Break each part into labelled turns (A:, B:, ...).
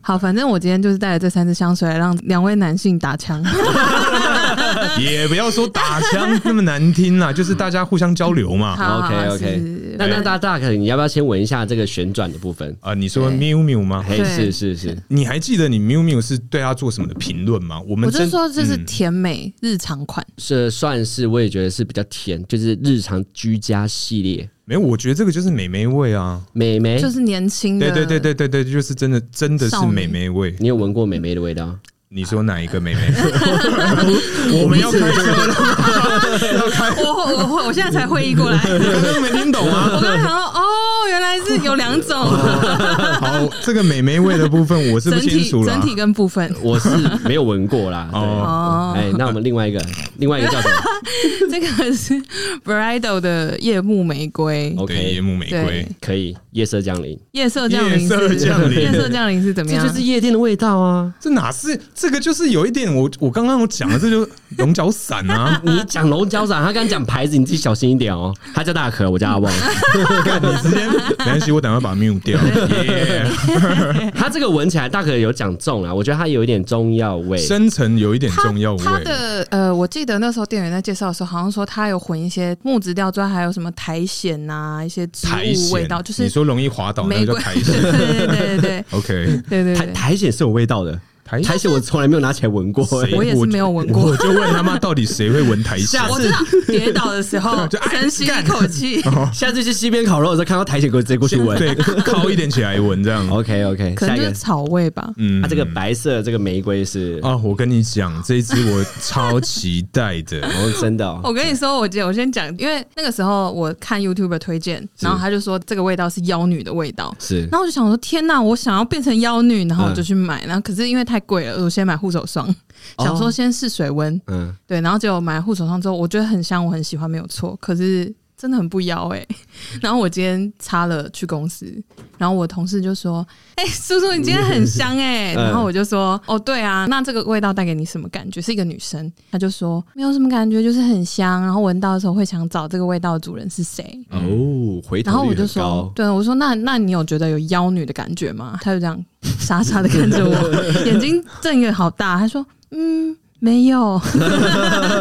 A: 好，反正我今天就是带了这三支香水来让两位男性打枪。
B: 也不要说打枪那么难 听啦，就是大家互相交流嘛。
A: 好好
C: OK
A: 好
C: OK，
A: 是
C: 那那大大可，你要不要先闻一下这个旋转的部分？
B: 啊，你说
A: 对
B: 喵喵吗？
C: 嘿，
A: 对
C: 是是是，
B: 你还记得你喵喵是对他做什么的评论吗？ 我们
A: 我就是
B: 真
A: 说这是
B: 嗯
A: 甜美日常款，
C: 是算是我也觉得是比较甜，就是日常居家系列。
B: 没有，我觉得这个就是美眉味啊。
C: 美眉，
A: 就是年轻的。
B: 对对对对对对，就是真的真的是
A: 嗯少女
B: 美眉味。
C: 你有闻过美眉的 味道？
B: 你说哪一个美眉？我们要开车了吗，要开，
A: 哦我会我会，我现在才会意过来。
B: 刚刚没听懂
A: 我
B: 吗？
A: 刚刚想说，哦，原来是有两 种，
B: 好，这个美眉味的部分我是不
A: 整
B: 清
A: 体
B: 楚
A: 整
B: 啦。
A: 体跟部分。
C: 我是没有闻过 啦。对，
A: 哦，
C: 哎，那我们另外一个，另外一个叫什 么
A: 这个是 Bridal 的夜幕玫瑰，
B: 对，夜
C: ？OK，
B: 幕哦玫瑰
A: 对。
C: 可以，夜色降临，
A: 夜色降临是，
B: 夜色降临
A: 夜色降临是怎么
C: 这
A: 样？
C: 就是夜店的味道 啊！！
B: 这哪是这个？就是有一点我，我刚刚我讲了，这就龙角散啊
C: 你讲龙角散，他刚讲牌子，你自己小心一点哦。他叫大可，我叫 阿旺。
B: 干你直接 没关系，我等下把它 mute 掉。耶，
C: 他这个闻起来，大可有讲中啊，我觉得它有一点中药味。
B: 深层有一点重要味。
A: 它的呃，我记得那时候店员在介绍的时候，好像说它有混一些木质调之外，还有什么苔藓呐、一些植
B: 苔
A: 物
B: 藓
A: 味道，就是
B: 你说容易滑倒，那
A: 玫
B: 个叫
A: 瑰。
B: 苔
A: 对
B: 藓。
A: 对对对对
B: OK，
A: 对对
C: 苔
A: 对，
C: 苔藓是有味道的，
B: 苔
C: 苔藓我从来没有拿起来闻过、
B: 谁
A: 我也是没有闻过
B: 我就问他妈到底谁会闻苔藓
C: 下？
A: 我
C: 次
A: 知道 跌倒的时候
B: 就哎哦
A: 深吸一口 气，
C: 下次去西边烤肉的时候看到苔藓，给我直接过去闻。
B: 对，靠一点起来闻这样。
C: ，OK OK，
A: 可
C: 下
A: 能
C: 一
A: 就
C: 个
A: 是，草味吧。
B: 嗯
C: 它、啊这个白色的这个玫瑰是哦，
B: 啊，我跟你讲，这一支我超期待的。
C: 真的、哦，
A: 我跟你说，我姐，我先讲，因为那个时候我看 YouTube 推荐，然后他就说这个味道是妖女的味道，
C: 是
A: 然后我就想说，天呐，我想要变成妖女，然后我就去买，然后可是因为太贵了，我先买护手霜，
C: 嗯哦
A: 想说先试水温，
C: 嗯，
A: 对，然后结果买了护手霜之后，我觉得很香，我很喜欢，没有错，可是真的很不妖哎、 然后我今天擦了去公司，然后我同事就说：“哎、叔叔，你今天很香哎、
C: 嗯
A: 然后我就说：“哦，对啊，那这个味道带给你什么感觉？”是一个女生，她就说：“没有什么感觉，就是很香，然后闻到的时候会想找这个味道的主人是谁。”
C: 哦，回
A: 然后
C: 头
A: 我
C: 率
A: 就
C: 很
A: 说
C: 高，，
A: 对，我说那那你有觉得有妖女的感觉吗？他就这样傻傻的看着 我，眼睛睁得好大。他说，嗯，没 有，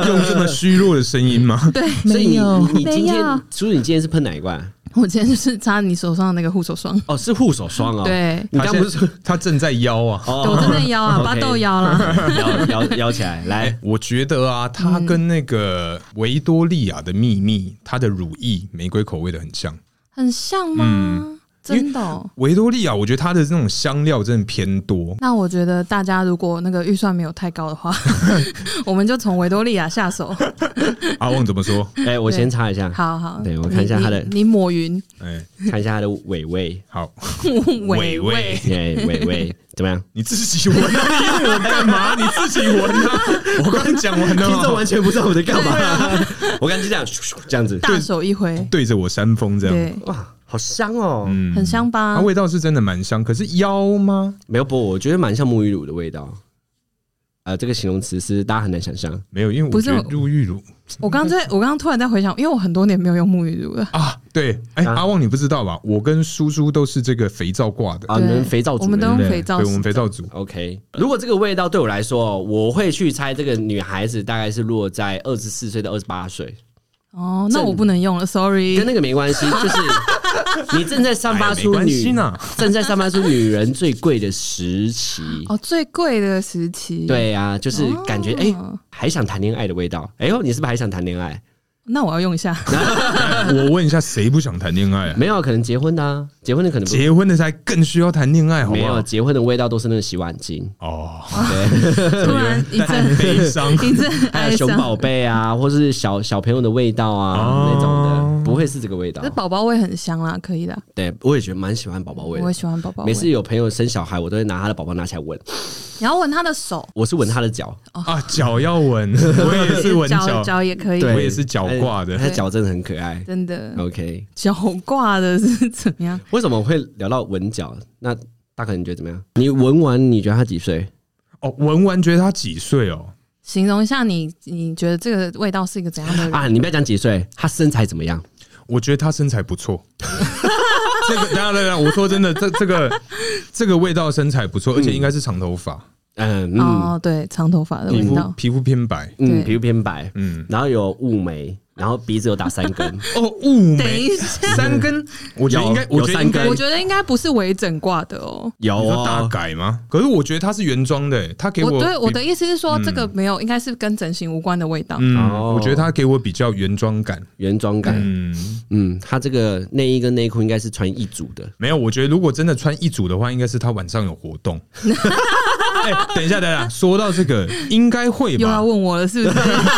B: 用这么虚弱的声音吗？
A: 对，
C: 所以
A: 没
C: 你
A: 有，
C: 你你
A: 没
C: 今天
A: 有。，
C: 叔叔你今天是喷哪一罐？
A: 我今天就是擦你手上的那个护手霜，
C: 哦，是护手霜哦。，
A: 对，
C: 你刚不是说
B: 他正在邀啊？
A: 我
C: 哦，
A: 真的腰 啊，
C: OK
A: 巴豆腰啦，
C: 摇 摇摇起来，
B: 哎、
C: 来，
B: 我觉得啊，
A: 嗯
B: 它跟那个维多利亚的秘密，它的乳液玫瑰口味的很像。
A: 很像
C: 嗯
A: 吗？真的哦。
B: 维多利亚，我觉得它的这种香料真的偏多。
A: 那我觉得大家如果那个预算没有太高的 话，我们就从维多利亚下手。
B: 阿旺怎么 说？
C: 哎，我
A: 对
C: 先擦一下，
A: 好好，
C: 对我看一下
A: 你
C: 它的
A: 你你抹匀
B: 哎、
C: 看一下它的尾味，
B: 好，
A: 尾味
B: 尾味，
C: 耶，尾味怎么样？
B: 你自己闻啊，你问我干 嘛？你自己闻啊！我刚讲完了
C: 听众
B: 嘛，
C: 完全不知道我在干嘛，我刚就这样咻咻这样子，
A: 啊大手一挥，
B: 对着我扇风这样。
A: 对，
C: 哇，好香哦。
B: 嗯
A: 很香啊吧
B: 它？味道是真的蛮香，可是腰吗？
C: 没有不，我觉得蛮像沐浴乳的味道。呃，这个形容词是大家很难想象。
B: 没有，因为
A: 不
B: 我
A: 是
B: 觉得
A: 我
B: 入浴乳
A: 我刚在，我刚刚突然在回想，因为我很多年没有用沐浴乳了。
B: 啊，对，哎、
C: 啊
B: 阿旺你不知道吧？我跟叔叔都是这个肥皂挂的，
C: 啊，你们肥皂组
A: 我们都
C: 对不
A: 用哦
B: 对
C: 对
A: 肥皂
B: 对我们肥皂组
C: OK。如果这个味道对我来说哦，我会去猜这个女孩子大概是落在二十四岁到二十八岁，
A: 哦，那
C: 正
A: 我不能用了，sorry
C: 跟。那个没关系，就是 你正在散发
B: 哎呀
C: 出
B: 没关
C: 女
B: 系呢
C: 正在散发出女人最贵的时期。
A: 哦，最贵的时期，，
C: 对啊，就是感觉哎、
A: 哦
C: 还想谈恋爱的味道。哎呦，你是不是还想谈恋爱？
A: 那我要用一下。
B: 我问一下，谁不想谈恋爱、啊？
C: 没有，可能结婚的、啊，结婚的可能不
B: 结婚的才更需要谈恋爱，好
C: 没
B: 不
C: 有
B: 好？
C: 结婚的味道都是那个洗碗 精。
B: 哦，
A: 突然一阵
B: 悲伤
A: 一阵
C: 还
A: 哀
C: 有熊
A: 伤，
C: 宝 贝啊，或是小小朋友的味道啊、
B: 哦
C: 那种的，不会是这个味道
A: 这。宝宝味很香啦，可以的，
C: 对，我也觉得蛮喜欢宝宝味
A: 我也
C: 的。
A: 喜欢宝宝味
C: 每。次有朋友生小孩，我都会拿他的宝宝拿起来闻，
A: 你要闻他的手，
C: 我是闻他的脚，
B: 啊，脚要 闻，我也是闻
A: 脚
B: 脚，
A: 脚也可以，
B: 对我也是脚挂的
C: 他
A: 哎
C: 他脚真的很可爱。
A: 真的
C: OK，
A: 脚挂的是怎么样？
C: 为什么会聊到闻脚？那大可你觉得怎么样？你闻完你觉得他几岁？
B: 哦，闻完觉得他几岁哦？
A: 形容一下你，你觉得这个味道是一
C: 啊
A: 个怎样的人？
C: 啊，你不要讲几岁，他身材怎么样？
B: 我觉得他身材不错，这个，等一下等一下，我说真的，这这个这个味道身材不
A: 嗯
B: 错，而且应该是长头发，
C: 嗯嗯
A: 哦，对，长头发的
B: 皮
A: 味
B: 肤
A: 道，
B: 皮肤偏白，
A: 对
C: 嗯，皮肤偏白，
B: 嗯，
C: 然后有雾眉，然后鼻子有打三根，
B: 哦，
A: 等
B: 雾眉
A: 一下，
B: 三根，我觉得
C: 有
B: 应该，我觉
C: 有
B: 得
C: 三
B: 应该
C: 根
A: 我觉得应该不是微整挂的哦。
C: 有
B: 你说大
C: 哦，
B: 改吗？可是我觉得它是原装的、欸，它给
A: 我对我的
B: 比
A: 意思是说，
B: 嗯
A: 这个没有，应该是跟整形无关的味道。
B: 嗯，
C: 哦
B: 我觉得它给我比较原装感。
C: 原装感，
B: 嗯，
C: 嗯，他这个内衣跟内裤应该是穿一组的，
B: 没有，我觉得如果真的穿一组的话，应该是他晚上有活 动。哎、等一下，等一下，说到这个，应该会
A: 又
B: 吧
A: 要？问啊我了，是不是？
B: 没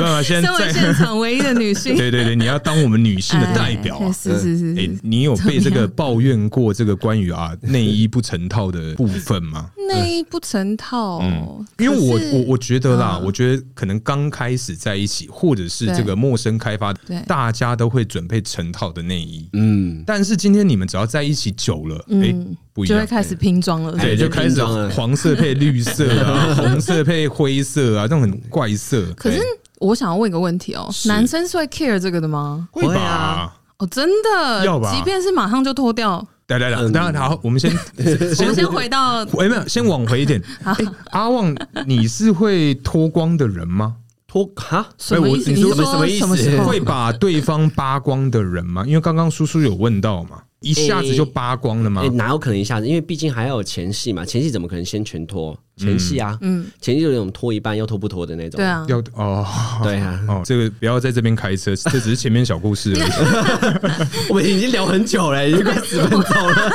B: 办法， 现
A: 身为
B: 在
A: 现场唯一的女性，
B: 对对对，你要当我们女性的代表
A: 哎
B: 啊！
A: 是是是
B: 哎、
A: 是。
B: 你有被这个抱怨过这个关于啊 内衣不成套的部分吗？
A: 内衣不成套
B: 嗯，因为我
A: 可是
B: 我我觉得啦，
A: 嗯
B: 我觉得可能刚开始在一起，或者是
A: 对
B: 这个陌生开发
A: 对，
B: 大家都会准备成套的内衣。
C: 嗯，
B: 但是今天你们只要在一起久了，哎、
A: 嗯
B: 不一
A: 就
B: 样，
A: 会开始拼装了。
B: 对，
C: 哎
B: 就开始
C: 就拼装了
B: 黄色配绿色 啊，红色配灰色啊，这种很怪色。哎
A: 可是我想要问一个问题哦，
B: 是
A: 男生是会 care 这个的吗？
B: 会
C: 会
B: 吧
C: 啊？
A: 哦，真的，
B: 要吧
A: 即便是马上就脱掉，
B: 来来来，
C: 嗯
B: 当然好，我 们先
A: 我们
B: 先
A: 先回到
B: 回哎没有，先往回 一点。哎，阿旺，你是会脱光的人吗？
C: 脱哈，
A: 什么
B: 哎我
A: 意思？
B: 你
A: 你
B: 说
A: 是
C: 什么
A: 说
C: 意思
A: 什么时候
B: 会把对方扒光的人吗？因为刚刚叔叔有问到嘛，一下子就扒光了吗
C: 哎、？哪有可能一下子？因为毕竟还要有前戏嘛，前戏怎么可能先全脱？前戏啊，
A: 嗯，
C: 前戏就是那种脱一半要脱不脱的那种。
A: 对，啊，
B: 要哦
C: 对啊，
B: 哦，这个不要在这边开 车，这只是前面小故事而已。
C: 我们已经聊很久了，已经快十分钟了。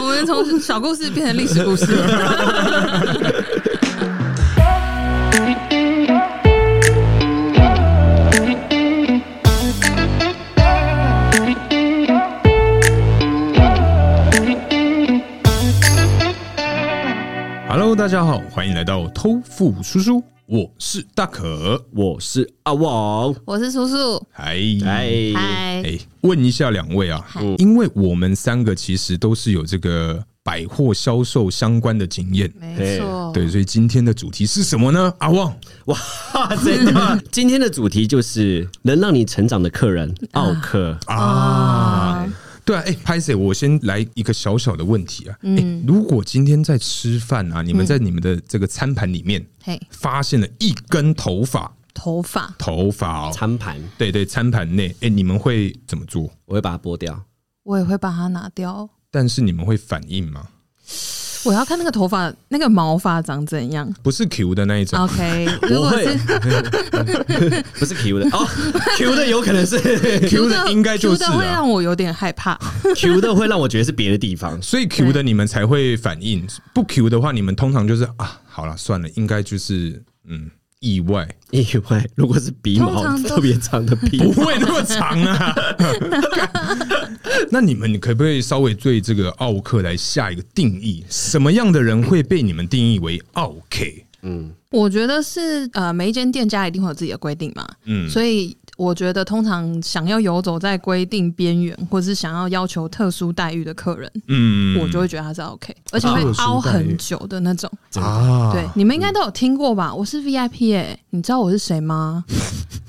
A: 我们从小故事变成历史故事。
B: Hello，大家好，欢迎来到偷富叔叔，我是大可。
C: 我是阿旺，
A: 我是叔叔，
B: 嗨
C: 哎，
A: 嗨，
B: 哎，问一下两位啊，因为我们三个其实都是有这个百货销售相关的经验，
A: 没错，
B: 对，所以今天的主题是什么呢？阿旺，
C: 哇，真的！ 今天的主题就是能让你成长的客人——奥客。
A: 啊，
B: 对啊，哎、拍谁？我先来一个小小的问题啊。嗯、如果今天在吃饭啊，你们在你们的这个餐盘里面
A: 嘿，
B: 发现了一根头发，
A: 头发
B: 头发哦，
C: 餐盘，
B: 对对，餐盘内，哎、你们会怎么做？
C: 我会把它剥掉。
A: 我也会把它拿掉。哦
B: 但是你们会反应吗？
A: 我要看那个头发那个毛发长怎样。
B: 不是 Q 的那一种，
A: OK，如
C: 我
A: 果
C: 会
B: 啊
A: 是，
C: 不是 Q 的哦，Q 的有可能是
B: Q 的应该就是
A: Q 的会
B: 啊
A: 让我有点害怕。
C: Q 的，会让我觉得是别的地方。
B: 所以 Q
A: 对
B: 的你们才会反应，不 Q 的话，你们通常就是啊，好了，算了，应该就是嗯，意外，
C: 意外，如果是鼻毛
A: 通常都
C: 特别长的鼻毛
B: 不会那么长啊。 那你们可不可以稍微对这个奥克来下一个定义？什么样的人会被你们定义为奥 K？
A: 我觉得是呃，每一间店家一定会有自己的规定嘛，
B: 嗯，
A: 所以我觉得通常想要游走在规定边缘，或是想要要求特殊待遇的客人，
B: 嗯
A: 我就会觉得他是 OK，而且会
B: 特殊待遇
A: 凹很久的那种。
B: 啊
A: 对，你们应该都有听过吧？我是 VIP 哎、你知道我是谁 吗？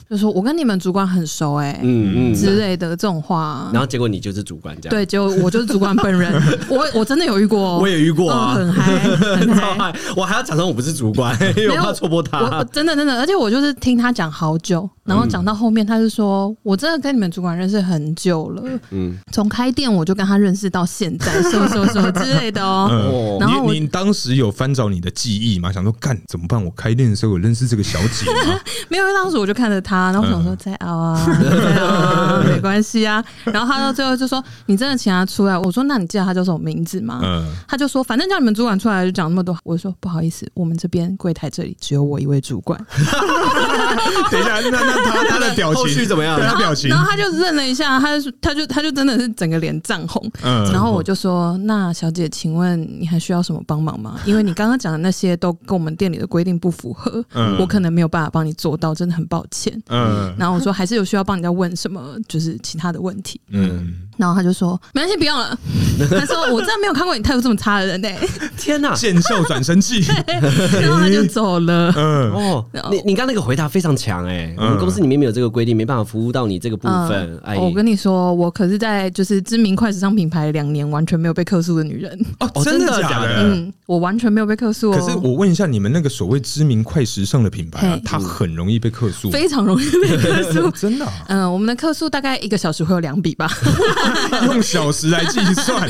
A: 就说我跟你们主管很熟哎、
C: 嗯嗯，
A: 之类的这种话啊、
C: 然后结果你就是主管这样。，
A: 对，就我就是主管本人， 我我真的有遇过哦，
C: 我也遇过啊
A: 嗯很 嗨，很
C: 超
A: 嗨。
C: 嗨！我还要假装我不是主管，因为我
A: 没有
C: 怕戳嗯
A: 我
C: 破
A: 我
C: 他。
A: 真的真的，而且我就是听他讲好久，然后讲到后面，他就说、我真的跟你们主管认识很久了，
C: 嗯，
A: 从开店我就跟他认识到现在，什么什么什么之类的哦。
B: 嗯
A: 然后我
B: 你你当时有翻找你的记忆吗？想说干怎么办？我开店的时候有认识这个小姐 吗？
A: 没有，当时我就看着他，然后我想说
B: 嗯
A: 再熬啊，再熬 啊，没关系啊。然后他到最后就说：“你真的请他出来？”我说：“那你记得他叫什么名字吗？”
B: 嗯，
A: 他就说：“反正叫你们主管出来就讲那么多。”我说：“不好意思，我们这边柜台这里只有我一位主管。
B: 等一下，那那他他的表
C: 后续
B: 情，
C: 怎么样
B: 对？ 他 表”情
A: 然，后他就愣了一下，他就他就他就真的是整个脸涨红。
B: 嗯
A: 然后我就说：“那小姐，请问你还需要什么帮忙
B: 嗯
A: 吗？因为你刚刚讲的那些都跟我们店里的规定不符合，
B: 嗯
A: 我可能没有办法帮你做到，真的很抱歉。”
B: 嗯
A: 然后我说还是有需要帮你再问什么，就是其他的问题。
B: 嗯，
A: 然后他就说没关系，不用了。他说我真的没有看过你态度这么差的人呢、 欸
C: 天哪！
B: 啊见笑转生气，
A: 然后他就走了。
B: 嗯，
C: 哦，你你刚那个回答非常强哎、
B: 嗯
C: 我们公司里面没有这个规定，没办法服务到你这个部分。哎、
A: 嗯哦我跟你说，我可是在就是知名快时尚品牌两年完全没有被客诉的女人。
B: 哦，
C: 哦
B: 真
C: 真
B: 的
C: 的
B: 假
C: 假
B: 的？
C: 的
A: 嗯，我完全没有被客诉哦。
B: 可是我问一下，你们那个所谓知名快时尚的品牌啊
A: 嘿，
B: 它很容易被客诉，。
A: 非常容易被客诉
B: 真的啊
A: 嗯，我们的客诉大概一个小时会有两笔吧。
B: 用小时来计 算，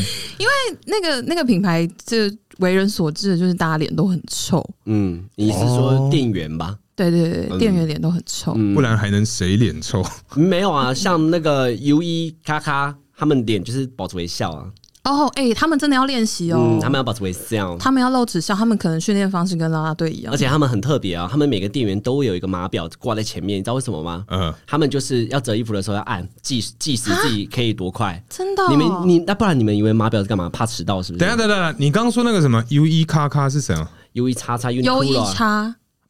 A: 那个那个品牌，这为人所知的就是大家脸都很臭。
C: 嗯，你是
B: 哦
C: 说店员吧？
A: 对对对对，
C: 嗯
A: 店员脸都很臭。
C: 嗯，
B: 不然还能谁脸臭？
C: 没有啊，像那个 U 一咔咔，他们脸就是保持微笑啊，
A: 哦，哎、他们真的要练习哦、
C: 嗯，他们要保持微笑。
A: 他们要露齿笑，他们可能训练方式跟啦啦队一样
C: 而。且他们很特别啊，他们每个店员都会有一个码表挂在前面，你知道为什么吗？
B: 呃，
C: 他们就是要折衣服的时候要按计计时自己可以多快。
A: 真啊的哦、
C: 你们你那不然你们以为码表是干嘛？怕迟到是不是？
B: 等一下，等一下，等一下你刚刚说那个什么 U 一咔咔是啊什么？
C: 优衣叉叉优
A: 优
C: 衣
A: 一 叉，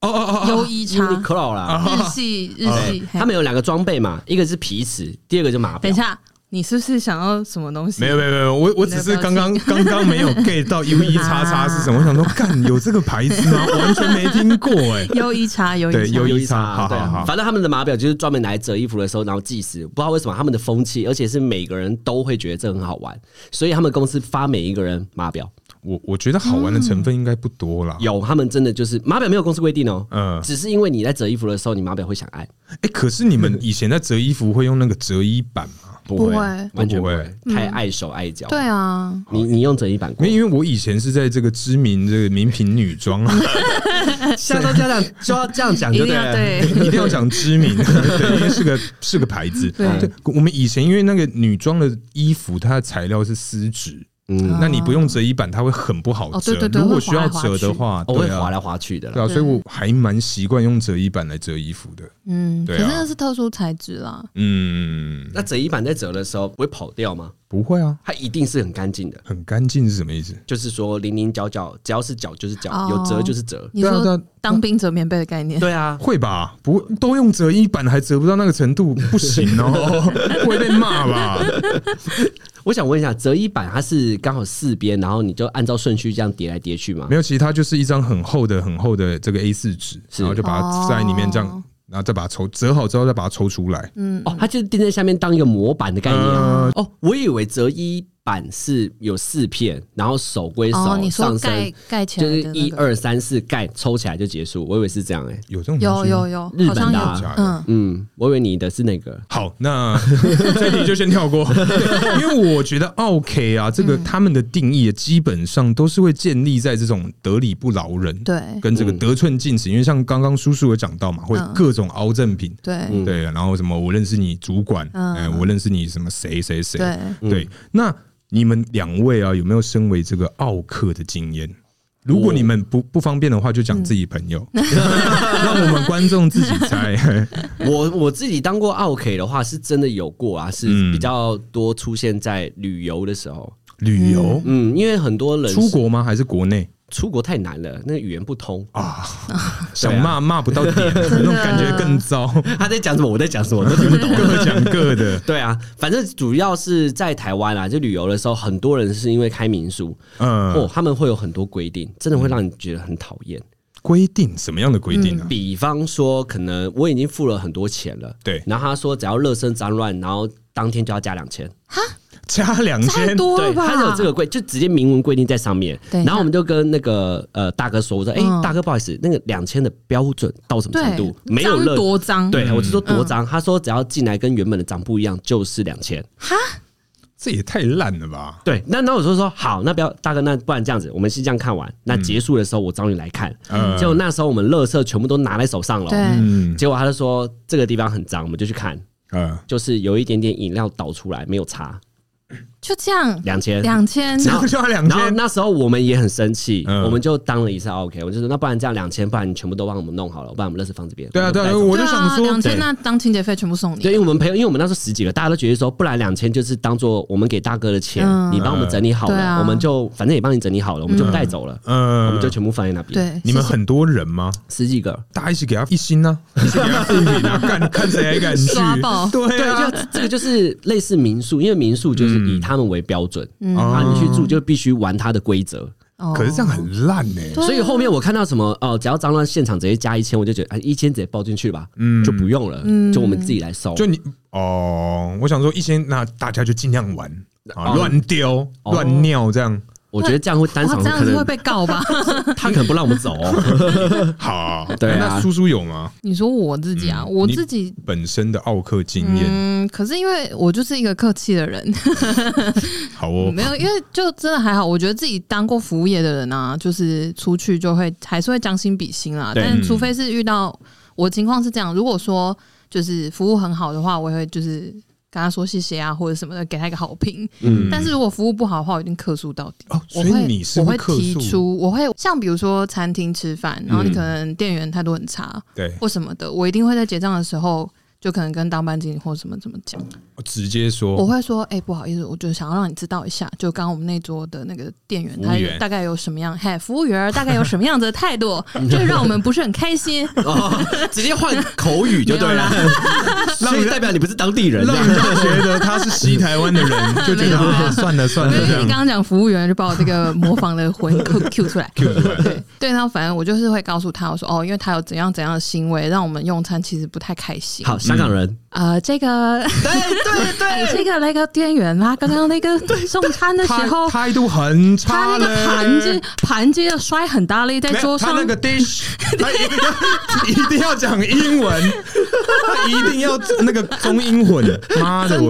B: 哦哦哦哦，
A: 优一叉，
C: Uniqlo 啦，
B: 啊
A: 日系日
C: 对
A: 系。嘿
C: 他们有两个装备嘛，一个是皮尺，第二个就码
A: 等
C: 表
A: 一。下，你是不是想要什么东西？
B: 没有没有没有，我我只是刚刚刚刚没有 get 到 U 一叉叉是什 么，我想说，干有这个牌子 吗？我完全没听过哎。
A: 优一叉，优
B: 对
A: 一叉
B: 优。
C: 优
B: 衣
C: 衣
B: 叉好
C: 对
B: 好好
C: 啊，反正他们的码表就是专门来折衣服的时候，然后计时。不知道为什么他们的风气，而且是每个人都会觉得这很好玩，所以他们公司发每一个人码表。
B: 我我觉得好玩的成分应该不多啦。
C: 有，他们真的就是码表没有公司规定哦，
B: 嗯
C: 只是因为你在折衣服的时候，你码表会想按，
B: 哎，可是你们以前在折衣服会用那个折衣板吗？
C: 不
A: 会不会
C: 完全不
B: 都
C: 会
B: 不，
C: 太碍手碍脚。
A: 对，啊，
C: 你你用折衣板过
B: 没，，因为我以前是在这个知名这个名品女装啊，
C: 下周这样就要这样讲
A: 一
C: 就
A: 定
C: 对啊
A: 要
C: 了。
A: 对。
B: 一定要讲知名，对，因为是个是个牌子。
A: 对
B: 对，我们以前因为那个女装的衣服，它的材料是丝质，
C: 嗯，
B: 那你不用折衣板，它会很不好
A: 哦
B: 折。
A: 对对对
B: 如果
A: 会
B: 需要
A: 滑来滑
B: 折的
A: 去
B: 话，
C: 哦我会
B: 对啊
C: 滑来滑去的啦
B: 对。啊，所以我还蛮习惯用折衣板来折衣服的。
A: 嗯，
B: 对
A: 可
B: 啊
A: 是那是特殊材质啦。
B: 嗯，
C: 那折衣板在折的时候不会跑掉吗？
B: 不会啊，
C: 它一定是很干净的，
B: 很干净是什么意思？
C: 就是说零零角角，只要是角就是角，
A: 哦
C: 有折就是折。
A: 你
B: 对啊
A: 说
B: 对啊
A: 当兵折棉被的概念，
C: 对啊，
B: 会吧？不会都用折衣板还折不到那个程度，不行 哦，不会被骂吧？
C: 我想问一下，折衣板它是刚好四边，然后你就按照顺序这样叠来叠去吗
B: 没？有，其实它就是一张很厚的、很厚的这个 A 四纸，
C: 是
B: 然后就把它塞在里面这样，
A: 哦
B: 然后再把它抽折好之后再把它抽出来。
A: 嗯，
C: 哦，它就是钉在下面当一个模板的概念。
B: 呃
C: 哦，我以为折衣板是有四片，然后手归手、
A: 哦，你说
C: 上
A: 盖
C: 身，
A: 盖起来
C: 就
A: 的
C: 是
A: 那个
C: 一二三四盖抽起来就结束。我以为是这样哎、
B: 有这种
A: 有
B: 东西吗
A: 有有，
C: 日
A: 好
C: 本
A: 像
C: 的
A: 有
C: 啊
B: 假，的
A: 嗯，
C: 嗯，我以为你的是那个。
B: 好， 那这题就先跳过，因为我觉得 OK 啊，这个
A: 嗯
B: 他们的定义基本上都是会建立在这种得理不饶人，
A: 对
B: 跟这个
C: 嗯
B: 得寸进尺。因为像刚刚叔叔有讲到嘛，会有
A: 嗯
B: 各种凹正品，
A: 对
C: 嗯
B: 对，然后什么我认识你主管，
A: 嗯
B: 哎，我认识你什么谁谁谁，
A: 对，
C: 嗯
B: 对，那你们两位啊，有没有身为这个奥克的经验？如果你们不不方便的话，就讲自己朋友， 让我们观众自己猜。
C: 我我自己当过奥 K 的话，是真的有过啊，是
B: 嗯
C: 比较多出现在旅游的时候。
B: 旅游、
C: 嗯，因为很多人
B: 出国吗？还是国内
C: 出国太难了，那个语言不 通。
B: 啊？ 想
C: 啊
B: 骂骂不 到点，那
A: 的
B: 种感觉更糟，
C: 他在讲什么，我在讲什么，我都听不懂。
B: 各讲各 的。
C: 对啊，反正主要是在台湾啊，就旅游的时候，很多人是因为开民宿，
B: 嗯
C: 哦，，他们会有很多规定，真的会让你觉得很讨厌。
B: 规定什么样的规定啊？
C: 比方说，可能我已经付了很多钱了，
B: 对，
C: 然后他说只要热身脏乱，然后当天就要加两千，
B: 加两
A: 太
B: 千，
A: 多了
C: 对，
A: 吧？
C: 他有这个规，就直接明文规定在上面。
A: 等一下
C: 然后我们就跟那个呃大哥说，我说，哎、
A: 嗯
C: 大哥，不好意思，那个两千的标准到什么程
A: 对
C: 度？，没有
A: 脏
C: 热
A: 多脏，
C: 对，我是说多
A: 嗯
C: 脏。他说只要进来跟原本的长不一样，就是两千。
A: 哈，
B: 这也太烂了吧？
C: 对，那那我就说好，那不要大哥，那不然这样子，我们先这样看完。那结束的时候我找你来看。
B: 嗯
C: 结果那时候我们乐色全部都拿在手上了
A: 对
C: 哦。
B: 嗯
C: 结果他就说这个地方很脏，我们就去看，
B: 呃，
C: 就是有一点点饮料倒出来，没有擦，
A: 就这样，
C: 两千。
A: 两千
B: 这样就要两
C: 然后
B: 千，
C: 那时候我们也很生气，
B: 嗯
C: 我们就当了一次 OK，我就说那不然这样两千，不然你全部都帮我们弄好了，不然我们乐色放这边。
B: 对啊对
C: 不
B: 啊，
C: 然我
B: 我
C: 们带走
B: 就想说
A: 两，千
C: 对
A: 那当清洁费全部送
C: 对，
A: 你，
C: 因为我们朋友，因为我们那时候十几个，大家都觉得说，不然两千就是当做我们给大哥的钱，
A: 嗯
C: 你帮我们整理好了，
A: 对啊
C: 我们就反正也帮你整理好了，我们就
B: 嗯
C: 带走了，我
B: 呃
C: 们就，全部放在那边。，
A: 对，
B: 你们很多人吗？
C: 十几个，
B: 大家一起给他一星呢、一起给他负评啊，看 看谁还敢去
A: 刷爆
B: 对
C: 对，
B: 啊，
C: 就这个就是类似民宿，因为民宿就是以他们为标准，
A: 嗯
C: 啊，你去住就必须玩它的规则。
A: 哦
B: 啊可是这样很烂呢、
A: 对啊
C: 所以后面我看到什么哦，只要蟑螂现场直接加一千，我就觉得啊，一千直接包进去吧，嗯，就不用了，就我们自己来收。
B: 就你哦，我想说一千，那大家就尽量玩啊，
C: 哦
B: 乱丢、
C: 哦
B: 乱尿这样。
C: 我觉得这样会单
A: 哇，
C: 场
A: 这样
C: 可
A: 子会
C: 能
A: 被告吧？
C: 他可能不让我们走哦。
B: 好，
C: 对啊
B: 那叔叔有吗？
A: 你说我自己
C: 嗯
A: 啊，我
B: 你
A: 自己
B: 本身的奥克经验，
A: 嗯，可是因为我就是一个客气的人，
B: 好哦，
A: 没有，因为就真的还好。我觉得自己当过服务业的人啊，就是出去就会还是会将心比心啦。
C: 对
A: 但
B: 嗯
A: 除非是遇到我情况是这样，如果说就是服务很好的话，我也会就是跟他说谢谢啊，或者什么的，给他一个好评。
C: 嗯，
A: 但是如果服务不好的话，我一定客诉到底。
B: 哦，
A: 我
B: 所以
A: 会
B: 你是
A: 我会
B: 客
A: 提
B: 诉
A: 出，我会像比如说餐厅吃饭，然后你
C: 嗯
A: 可能店员态度很差
B: 对，
A: 或什么的，我一定会在结账的时候就可能跟当班经理或什么怎么讲。
B: 直接
A: 我
B: 说
A: 会说，哎、不好意思，我就想要让你知道一下，就刚刚我们那桌的那个店员，
B: 服务
A: 他
B: 员
A: 大概有什么样，嘿，服务员儿大概有什么样子的态度，就是让我们不是很开 心。
C: 哦直接换口语就对了， 所以代表你不是当地人。
B: 让人家觉得他是西台湾的 人，就觉
A: 没
B: 得
A: 有啊
B: 啊算了算
A: 因
B: 了
A: 为
B: 这
A: 你刚
B: 样。
A: 刚讲服务员，就把我这个模仿的魂 Q Q 出来。
B: Q 出来，
A: 对对，然后反正我就是会告诉他，我说哦，因为他有怎样怎样的行为，让我们用餐其实不太开心。
C: 好，香港人，
A: 呃，这个
C: 对 对
A: 哎，这个那个店员啦，刚刚那个送餐的时
B: 态
A: 候，
B: 态度很
A: 他那
B: 差嘞
A: 个盘子盘子要摔很大力在
B: 没有
A: 桌
B: 他
A: 上
B: 那，个 dish，他一定要一定 要讲英文，他一定要那个中英混。妈的，我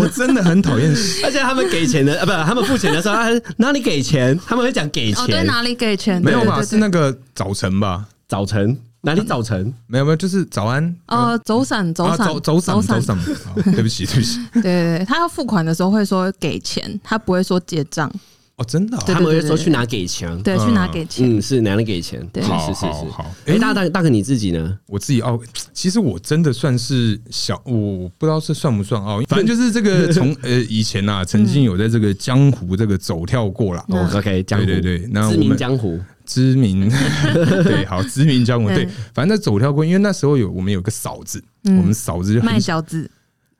B: 我真的很讨 厌
C: 而且他们给钱的啊，不，他们付钱的时候，啊哪里给钱？他们会讲给
A: 哦，对，
C: 钱。
A: 哪里给钱？
B: 没有
A: 对
B: 吧？
A: 对
B: 是那个早晨吧？
C: 早晨，哪里早晨？
B: 没有没有，就是早安。
A: 呃，走散，走
B: 啊
A: 散，
B: 走走
A: 走
B: 散走散，好对不起对不起，
A: 对对对，他要付款的时候会说给钱，他不会说结账，
B: 哦真的哦，
A: 对
C: 他们会说去哪给钱。
A: 对，去拿给钱。
C: 嗯，是哪里给钱？
A: 对
C: 是
B: 好
C: 是是
B: 好
C: 是。
B: 好，
C: 哎，大大大哥你自己呢？
B: 我自己傲，其实我真的算是小，我不知道是算不算傲，反正就是这个从呃以前呐、啊，曾经有在这个江湖这个走跳过啦。
A: 嗯
B: 哦，
C: OK，江湖
B: 对对对那
C: 知
B: 我
C: 名
B: 们
C: 江湖，
B: 知 名对，好知名江湖对
A: 嗯，
B: 反正在走跳过，因为那时候有我们有个嫂子，
A: 嗯
B: 我们嫂子就 很
A: 卖饺子，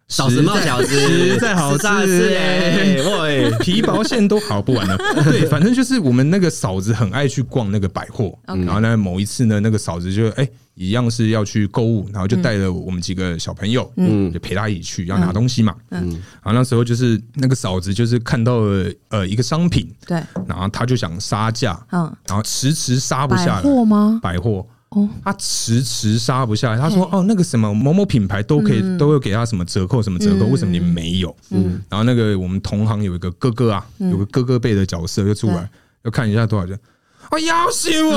C: 小子冒小子，
B: 实在好吃
C: 吃哎，喂，
B: 皮薄馅都好不玩 了。对，反正就是我们那个嫂子很爱去逛那个百货，
A: OK
B: 然后呢，某一次呢，那个嫂子就哎、一样是要去购物，然后就带了我们几个小朋友，嗯，就陪她一起去要拿东西嘛，嗯，然后那时候就是那个嫂子就是看到了呃一个商品，
A: 对，
B: 然后她就想杀价，
A: 嗯，
B: 然后迟迟杀不下
A: 百
B: 来，
A: 货吗？
B: 百货。
A: 哦
B: 他迟迟杀不下来。他说：“哦，那个什么某某品牌都可以，
A: 嗯
B: 都有给他什么折扣，什么折扣，为什么你没有？”嗯，然后那个我们同行有一个哥哥啊，
A: 嗯
B: 有个哥哥辈的角色就出来，要看一下多少钱。哦，要挟 我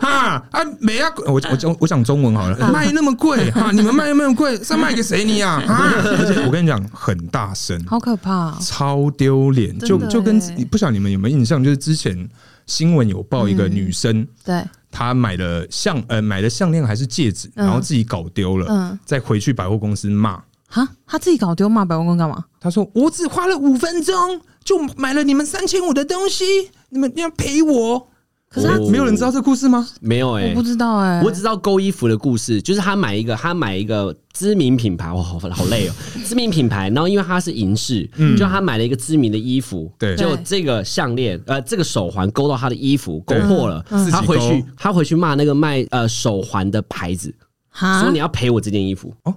B: 哈啊！没啊，我我我我讲中文好
A: 嗯
B: 了，卖那么贵哈，你们卖那么贵是卖给谁你 啊？啊！而且我跟你讲，很大声，
A: 好可怕哦！
B: 超丢脸，
A: 真
B: 就
A: 的
B: 就跟
A: 欸
B: 不晓得你们有没有印象，就是之前新闻有报一
A: 嗯
B: 个女生。
A: 对，
B: 他买了项呃买了项链还是戒指，
A: 嗯
B: 然后自己搞丢了，
A: 嗯
B: 再回去百货公司骂。
A: 哈，他自己搞丢骂百货公司干嘛？
B: 他说：“我只花了五分钟就买了你们三千五的东西，你们要赔我。”
A: 可是他
B: 没有人知道这故事吗？
C: 哦没有
A: 我
C: 哎
A: 不。知道哎，
C: 我只知道勾衣服的故事，就是他买一个，他买一个知名品牌，哇，好好 累哦，知名品牌。然后因为他是银饰，就他买了一个知名的衣服，
B: 嗯对
C: 就
A: 对
C: 这个项链，呃，这个手环勾到他的衣服，勾
B: 对
C: 破了，
B: 嗯
C: 他
B: 自己
C: 回
B: 勾
C: 去，他回去骂那个卖呃手环的牌子，
A: 哈
C: 说你，要赔我这件衣服
B: 哦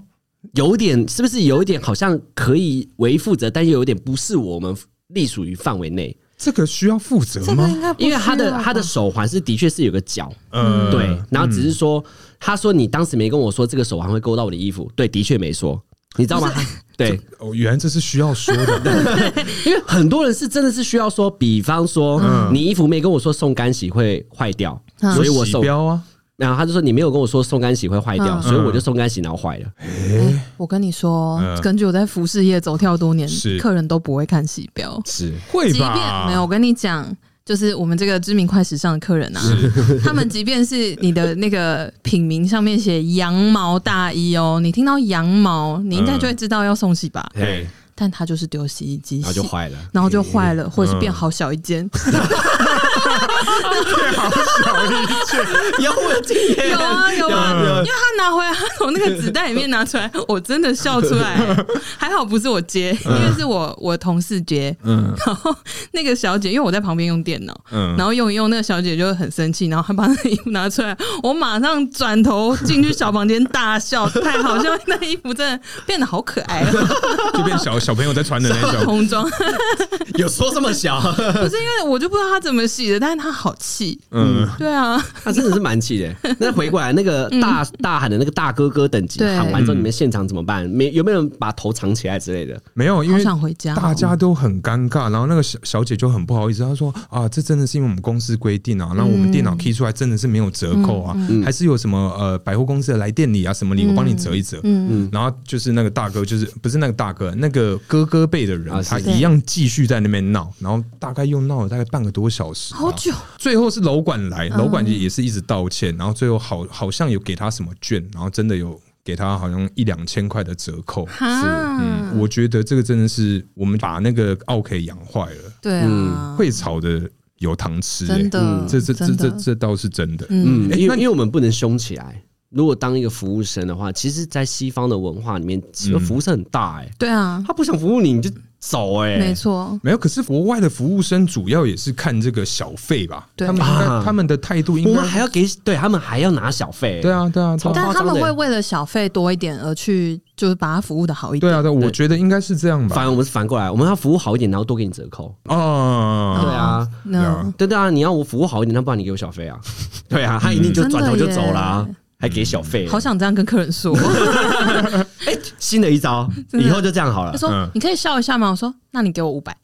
C: 有点是不是有一点好像可以为负责，但又有点不是我们隶属于范围内，
B: 这个需要负责
A: 这个应
B: 吗？
A: 该不
C: 因为他
A: 需
C: 的
A: 要吧
C: 他的手环哦是的确是有个角，
B: 呃
C: 对，然后只是说他说你当时没跟我说这个手环会勾到我的衣服，对，的确没说，你知道吗？ 对，
B: 哦，原来这是需要说的。
C: 因为很多人是真的是需要说，比方说、
B: 嗯
C: 你衣服没跟我说送干洗会坏掉，
A: 嗯
C: 所以我
B: 洗
C: 送。
B: 标啊，
C: 然后他就说你没有跟我说送干洗会坏掉，
A: 嗯
C: 所以我就送干洗然后坏了。
A: 哎我跟你说，
B: 嗯
A: 根据我在服饰业走跳多年
B: 是，
A: 客人都不会看洗标，
C: 是
B: 会
A: 即便
B: 吧？
A: 没有，我跟你讲，就是我们这个知名快时尚的客人啊，他们即便是你的那个品名上面写羊毛大衣哦，你听到羊毛，你应该就会知道要送洗吧？
C: 对，
A: 但他就是丢洗衣机
C: 嗯 然后就
A: 洗，
C: 坏了。嗯
A: 然后就坏了，或者是变好小一间。
B: 好小一件，
C: 有我有经 验，
A: 有啊有啊，
C: 嗯
B: 有
A: 因为他拿回来，他从那个纸袋里面拿出 来，我真的笑出来。还好不是我接，因
C: 嗯
A: 为是我我同事接，
B: 嗯
A: 然后那个小姐，因为我在旁边用电脑，
B: 嗯，
A: 然后用一用，那个小姐就很生气，然后还把那个衣服拿出来，我马上转头进去小房间大笑，太好笑，那衣服真的变得好可爱、哦，
B: 就变小小朋友在穿的那种，
A: 童 装。
C: 有说 这么小，
A: 不是因为我就不知道她怎么洗的，但是她好气，
B: 嗯，
A: 对啊，
C: 他真的是蛮气的。那回过来，那个大大喊的那个大哥哥等级
A: 嗯对嗯
C: 喊完之后，你们现场怎么办？没有没有人把头藏起来之类的？
B: 没有，因
A: 好
B: 为
A: 想回家哦、
B: 大家都很尴尬，然后那个小小姐就很不好意思，她说啊，这真的是因为我们公司规定啊，然后我们电脑 key 出来真的是没有折扣啊，还是有什么呃百货公司的来店里啊什么礼，我帮你折一折。
A: 嗯
B: 然后就是那个大哥，就是不是那个大哥，那个哥哥辈的人
C: 啊，是
B: 他一样继续在那边闹，然后大概又闹了大概半个多小时吧，啊
A: 好久，
B: 最后是楼管
A: 嗯
B: 来，楼管也也是一直道歉，然后最后好好像有给他什么券，然后真的有给他好像一两千块的折扣。
A: 哈，
B: 嗯，我觉得这个真的是我们把那个奥 K 养坏了，
A: 对啊，
B: 嗯会炒的有糖吃、欸，
A: 真的，
B: 这这这
A: 真
B: 这
A: 的，
B: 这倒是真的。
A: 嗯
C: 嗯，因
B: 那
C: 为因为我们不能凶起来。如果当一个服务生的话，其实，在西方的文化里面，其实服务生很大哎、
A: 对啊，
C: 他不想服务你，你就走哎、
A: 没错，
B: 没有，可是国外的服务生主要也是看这个小费吧，
A: 对
B: 他们应该
C: 啊
B: 他们的态度应
C: 我
B: 该
C: 们还要给对他们还要拿小费、
B: 对啊对啊对
C: 超
B: 啊
A: 但他
C: 夸张
A: 们
C: 的
A: 会为了小费多一点而去，就是把它服务的好一点。
B: 对啊对啊，我觉得应该是这样
C: 反
B: 吧。
C: 而我们是反过来，我们要服务好一点，然后多给你折扣。
B: 哦，
C: 对啊，
B: 对啊
A: 那
C: 对对啊，你要我服务好一点，那不然你给我小费啊？ 对啊，他一定就转头就走啦、
A: 真的耶
C: 还给小费、啊
B: 啊
A: 好想这样跟客人 说，
C: 哎、新的一招，
A: 的
C: 以后就这样好了
A: 他。说
B: 嗯
A: 你可以笑一下吗？我说那你给我五百，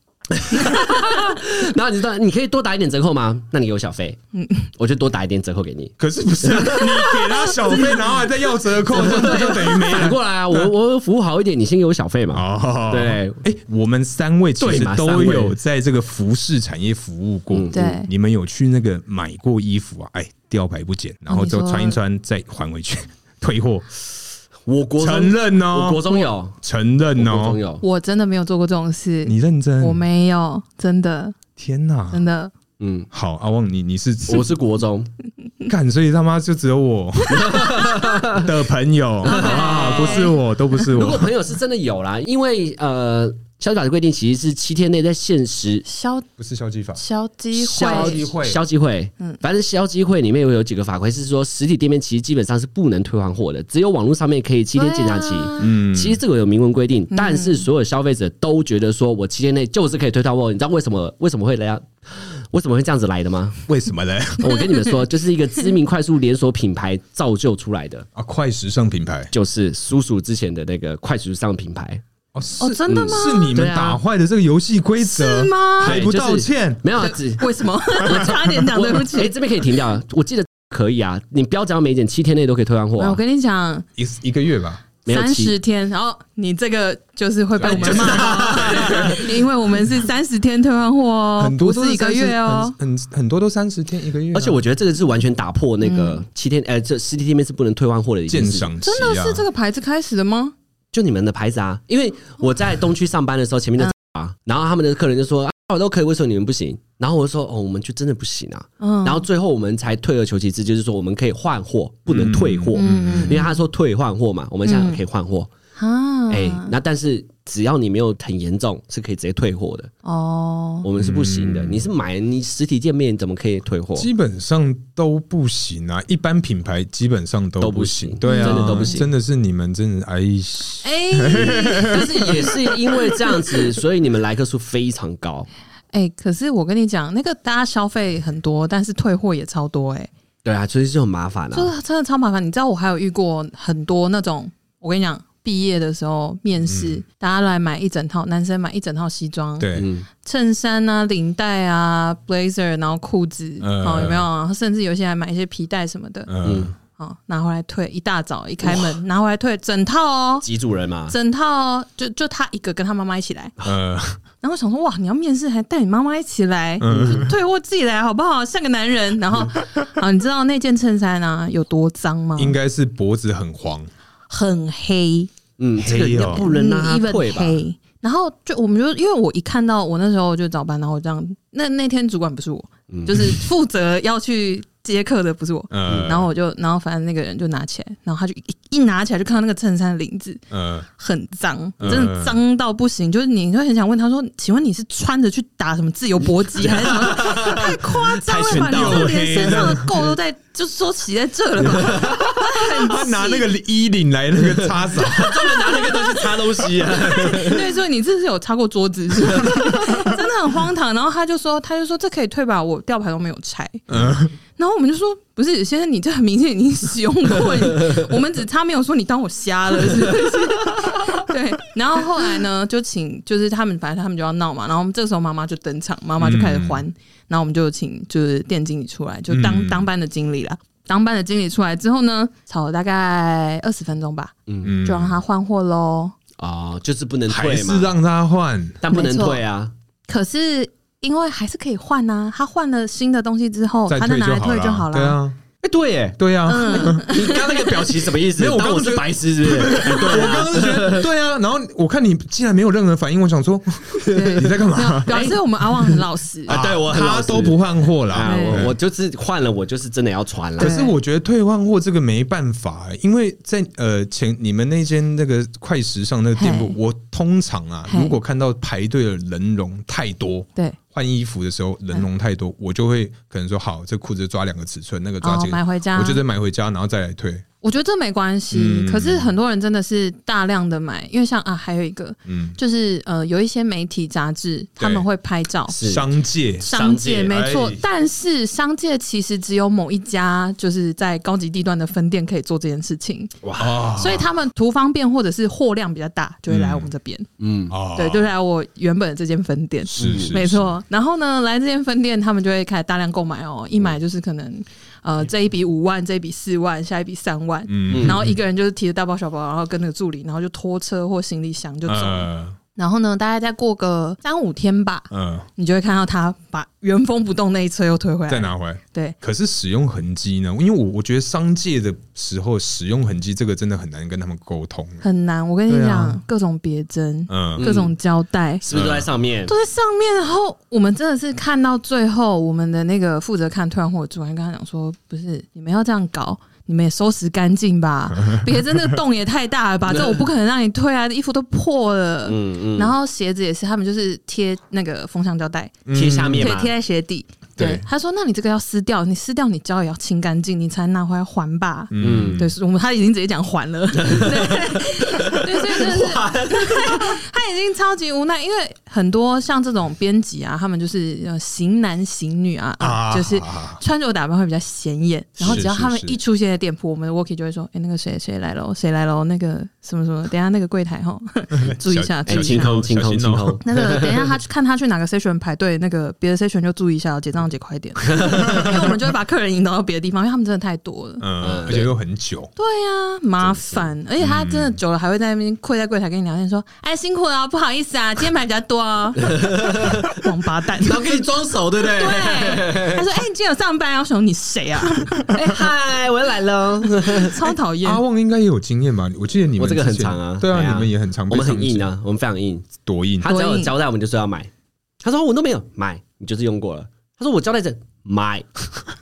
C: 然后你说你可以多打一点折扣吗？那你给我小费，嗯，我就多打一点折扣给你。
B: 可是不是啊 你给他小费，然后还在要折扣，这这就等于没
C: 反
B: 了。
C: 过来啊，我我服务好一点，你先给我小费嘛。
B: 哦，
C: 对
B: 哎、我们三位其
C: 对
B: 实
C: 嘛
B: 都
C: 三位
B: 有在这个服饰产业服务过
C: 嗯，
A: 对
B: 你们有去那个买过衣服啊？哎，吊牌不剪，然后
A: 你
B: 就
A: 说
B: 穿一穿再还回去， 退货，
C: 我国中
B: 承认
C: 我国
B: 哦，
C: 中有，
B: 承
C: 我
B: 认
C: 国中
B: 哦，
C: 有，
A: 我真的没有做过这种事，
B: 你认真？
A: 我没有，真的
B: 天哪！
A: 真的，
C: 嗯，
B: 好，阿旺，你你是
C: 我是国中，
B: 干，所以他妈就只有 我的朋友啊，不是我，都不是
C: 如果
B: 我。
C: 朋友是真的有啦，因为呃，消法的规定其实是七天内在限时
A: 消
B: 不是消极法，
A: 消机
C: 消
A: 会，
B: 会
C: 消基会，反正消基会里面有有几个法规是说，实体店面其实基本上是不能退换货的，只有网络上面可以七天鉴赏期。
A: 对啊
B: 嗯，
C: 其实这个有明文规
A: 嗯
C: 定，但是所有消费者都觉得说，我七天内就是可以退换货。你知道为什么为什么会来啊？为什么会这样子来 的吗？
B: 为什么呢？
C: 我跟你们说，就是一个知名快速连锁品牌造就出来的，
B: 啊，快时尚品牌
C: 就是叔叔之前的那个快时尚品牌。
B: 哦，
A: 哦
B: 是
A: 真的吗？
B: 是你们
C: 对啊
B: 打坏了这个游戏规则
A: 是吗
C: 嗯
B: 还不道歉？
C: 没有啊，只
A: 啊为什 么？我差点讲啊对不
C: 哎、
A: 起。
C: 这边可以停掉。我记得可以啊，你不要讲每一件七天内都可以退换货、
A: 没有我
C: 啊。
A: 跟你讲，
B: 一一个月吧，
C: 没有
A: 三
C: 七
A: 十啊天，然后你这个就是会被我们骂， 因为我们是三十天退换货哦，
B: 很多
A: 不
B: 都
A: 是一个
B: 30
A: 月哦，
B: 很啊很很多都三十天一个月啊、
C: 而且我觉得这个是完全打破那个七天，呃，这实体店面是不能退换货的一件
B: 鉴
C: 事。
B: 赏期
A: 真的
B: 啊
A: 是，这个牌子开始的吗？
C: 就你们的牌子啊，因为我在东区上班的时候，前面的啊，然后他们的客人就说啊，我都可以，为什么你们不行？然后我就说哦，我们就真的不行啊。
A: 嗯，
C: 然后最后我们才退而求其次，就是说我们可以换货，不能退货，
A: 嗯
C: 因为他说退换货嘛，我们现在可以换货。
A: 啊，
C: 哎、那但是只要你没有很严重，是可以直接退货的。
A: 哦，
C: 我们是不行的，你是买你实体店面怎么可以退
A: 嗯
C: 货？
B: 基本上都不行啊，一般品牌基本上都
C: 都不
B: 不行，
C: 行
B: 对啊，
C: 真的都不行
B: 真的是你们真的哎，
A: 哎
C: 就是也是因为这样 子，所以你们来客数非常高。
A: 哎，可是我跟你讲，那个大家消费很多，但是退货也超多，哎，
C: 对啊，所以就很麻烦啊。
A: 就是真的超麻烦。你知道我还有遇过很多那种，我跟你讲，毕业的时候面试，大家来买一整套，男生买一整套西装，
B: 嗯对，
C: 嗯，
A: 衬衫啊、领带啊、blazer，然后裤子，
B: 嗯
A: 哦，有没有啊？甚至有些还买一些皮带什么的，
B: 嗯，
A: 哦，拿回来退，一大早一开门拿回来退整套哦，
C: 几主人嘛，
A: 整套哦，就就他一个跟他妈妈一起来，
B: 呃，
A: 然后我想说哇，你要面试还带你妈妈一起来，
B: 嗯
A: 就退货自己来好不好？像个男人。然后 啊，你知道那件衬衫啊有多脏吗？
B: 应该是脖子很黄，
A: 很黑，
C: 嗯，这个
B: 黑
C: 也
B: 哦
C: 不能让
A: 嗯
C: 他
A: ，even
C: 啊退吧。
A: 黑。然后就我们就因为我一看到我那时候就早班，然后我这样，那那天主管不是我，就是负责要去接客的不是我，
B: 呃，
A: 然后我就，然后反正那个人就拿起来，然后他就一一拿起来就看到那个衬衫的领子
B: 呃，
A: 很脏，
B: 嗯
A: 真的脏到不行，就是你会很想问他说，请问你是穿着去打什么自由搏击啊还是什么？太夸张了吧！
C: 跆拳
A: 你
C: 道
A: 这个连身上的垢都在，就是说洗在这了吧？
B: 他拿那个衣领来那个擦扫，
C: 专门拿那个东西擦东西啊，
A: 对，所以你这是有擦过桌子是 吧？真的很荒唐。然后他就说，他就说这可以退吧，我吊牌都没有拆。
B: 嗯，
A: 然后我们就说，不是先生，你这很明显已经使用过，你 我们只差没有说你当我瞎了，是不是？ 对。然后后来呢，就请就是他们，反正他们就要闹嘛。然后我们这个时候妈妈就登场，妈妈就开始欢。然后我们就请就是店经理出来，就当、
B: 嗯
A: 当班的经理啦。当班的经理出来之后呢，吵了大概二十分钟吧，
B: 嗯
A: 就让他换货喽。
C: 哦，就是不能
B: 还
C: 退
B: 是
C: 嘛，
B: 让他换，
C: 但不能
A: 没错
C: 退啊，
A: 可是因为还是可以换呐、他换了新的东西之后，
B: 再
A: 哦他再拿来
B: 好
A: 退就好
B: 了，
A: 了。
B: 对啊，
C: 哎，对耶，
B: 对啊。
A: 嗯，
C: 你刚刚那个表情什么意思？
B: 没 有我
C: 当
B: 刚
C: 我
B: 刚觉
C: 是
B: 得
C: 白痴是 啊不是？
B: 我刚刚就觉得对啊，然后我看你竟然没有任何反应，我想说
A: 对啊
B: 你在干
A: 没有
B: 嘛？
A: 表示我们阿旺很老实。
C: 啊对我很老
B: 他
C: 实
B: 都不换货啦
C: 啊，，
B: 对
C: 我我就是换了，我就是真的要穿了
B: 可。是我觉得退换货这个没办法、因为在呃前你们那间那个快时尚那个店铺
A: 嘿，
B: 我通常啊，
A: 嘿
B: 如果看到排队的人龙太多，
A: 对，
B: 换衣服的时候人龙太多，我就会可能说好，这裤子抓两个尺寸，那个抓
A: 哦
B: 几，个，
A: 买回家。
B: 我就再买回家，然后再来退。
A: 我觉得这没关系，
B: 嗯
A: 可是很多人真的是大量的买，因为像啊，还有一个
B: 嗯，
A: 就是呃，有一些媒体杂志他们会拍照。
C: 是
B: 商界
A: 商
C: 商
A: 界
C: 界
A: 没错
B: 哎，
A: 但是商界其实只有某一家就是在高级地段的分店可以做这件事情，
C: 哇，
B: 啊，
A: 所以他们图方便或者是货量比较大，就会来我们这边。
C: 嗯，
B: 啊，
A: 对，就是来我原本的这间分店。
B: 是是，
A: 嗯
B: 嗯
A: 没错，然后呢，来这间分店，他们就会开始大量购买哦，一买就是可能，呃，这一笔五万，这一笔四万，下一笔三万，
B: 是，嗯
A: 然后一个人就是提着大包小包，然后跟那个助理，然后就拖车或行李箱就走。
B: 呃
A: 然后呢，大概再过个三五天吧，
B: 呃，
A: 你就会看到他把原封不动那一车又推回
B: 再
A: 来。
B: 拿回来。
A: 对，
B: 可是使用痕迹呢？因为我我觉得商界的时候使用痕迹这个真的很难跟他们沟通。
A: 很难。我跟你
B: 对
A: 讲，
B: 啊
A: 各种别针，
B: 嗯，
A: 各种胶带。
C: 是不是都在上面？
A: 都在上面，然后我们真的是看到最后，我们的那个负责看退换货的主管跟他讲说：“不是，你们要这样搞，你们也收拾干净吧，别真的洞也太大了吧，这我不可能让你退啊，衣服都破了。
C: 嗯嗯，
A: 然后鞋子也是，他们就是贴那个封箱胶带，
C: 嗯贴下面
A: 贴
C: 嘛
A: 贴，在鞋底。
B: 对
A: 对，他说：“那你这个要撕掉，你撕掉你胶也要清干净，你才拿回来还吧。
B: 嗯，
A: 对，是我们他已经直接讲还 了，对，对，所以真的是
C: 哇
A: 他已经超级无奈，因为很多像这种编辑啊，他们就是呃型男型女啊，啊就是穿着打扮会比较显眼，然后
B: 是
A: 只要他们
B: 是是
A: 一出现在店铺，我们的 Walkie 就会说：“哎、那个谁谁来喽，谁来喽，那个什么什么，等一下那个柜台 哈， 注意一下，注
C: 哎
A: 意一
C: 清
A: 下。”
C: 空清空
B: 小心
C: 清
B: 哦
C: 空，
A: 那个，等一下 他去看他去哪个 session 排队，那个别的 session 就注意一下，结账结快一点， 因为我们就会把客人引导到别的地方，因为他们真的太多了。
B: 嗯，
C: 嗯
B: 而且又很久，
A: 对呀、麻烦，而且他真的久了还会在那边跪在柜台跟你聊
C: 嗯
A: 天，说：“哎，辛苦了，不好意 思啊，今天买比较多哦。”王八蛋。
C: 然后给你装手，对不对？
A: 对，他说：“哎、你今天有上班啊？”我想说你谁啊？
C: 哎嗨，我又来了。 啊
A: 超讨厌
B: 阿。旺应该也有经验吧？我记得你们
C: 我这个很
B: 之前
C: 长啊
B: 对
C: 对
B: 啊，
C: 啊
B: 你们也很长，
C: 我们很硬，啊，我们非常硬。
B: 多硬，
C: 他只要有交代，我们就说要买。他说我都没有买，你就是用过了。他说我交代着买，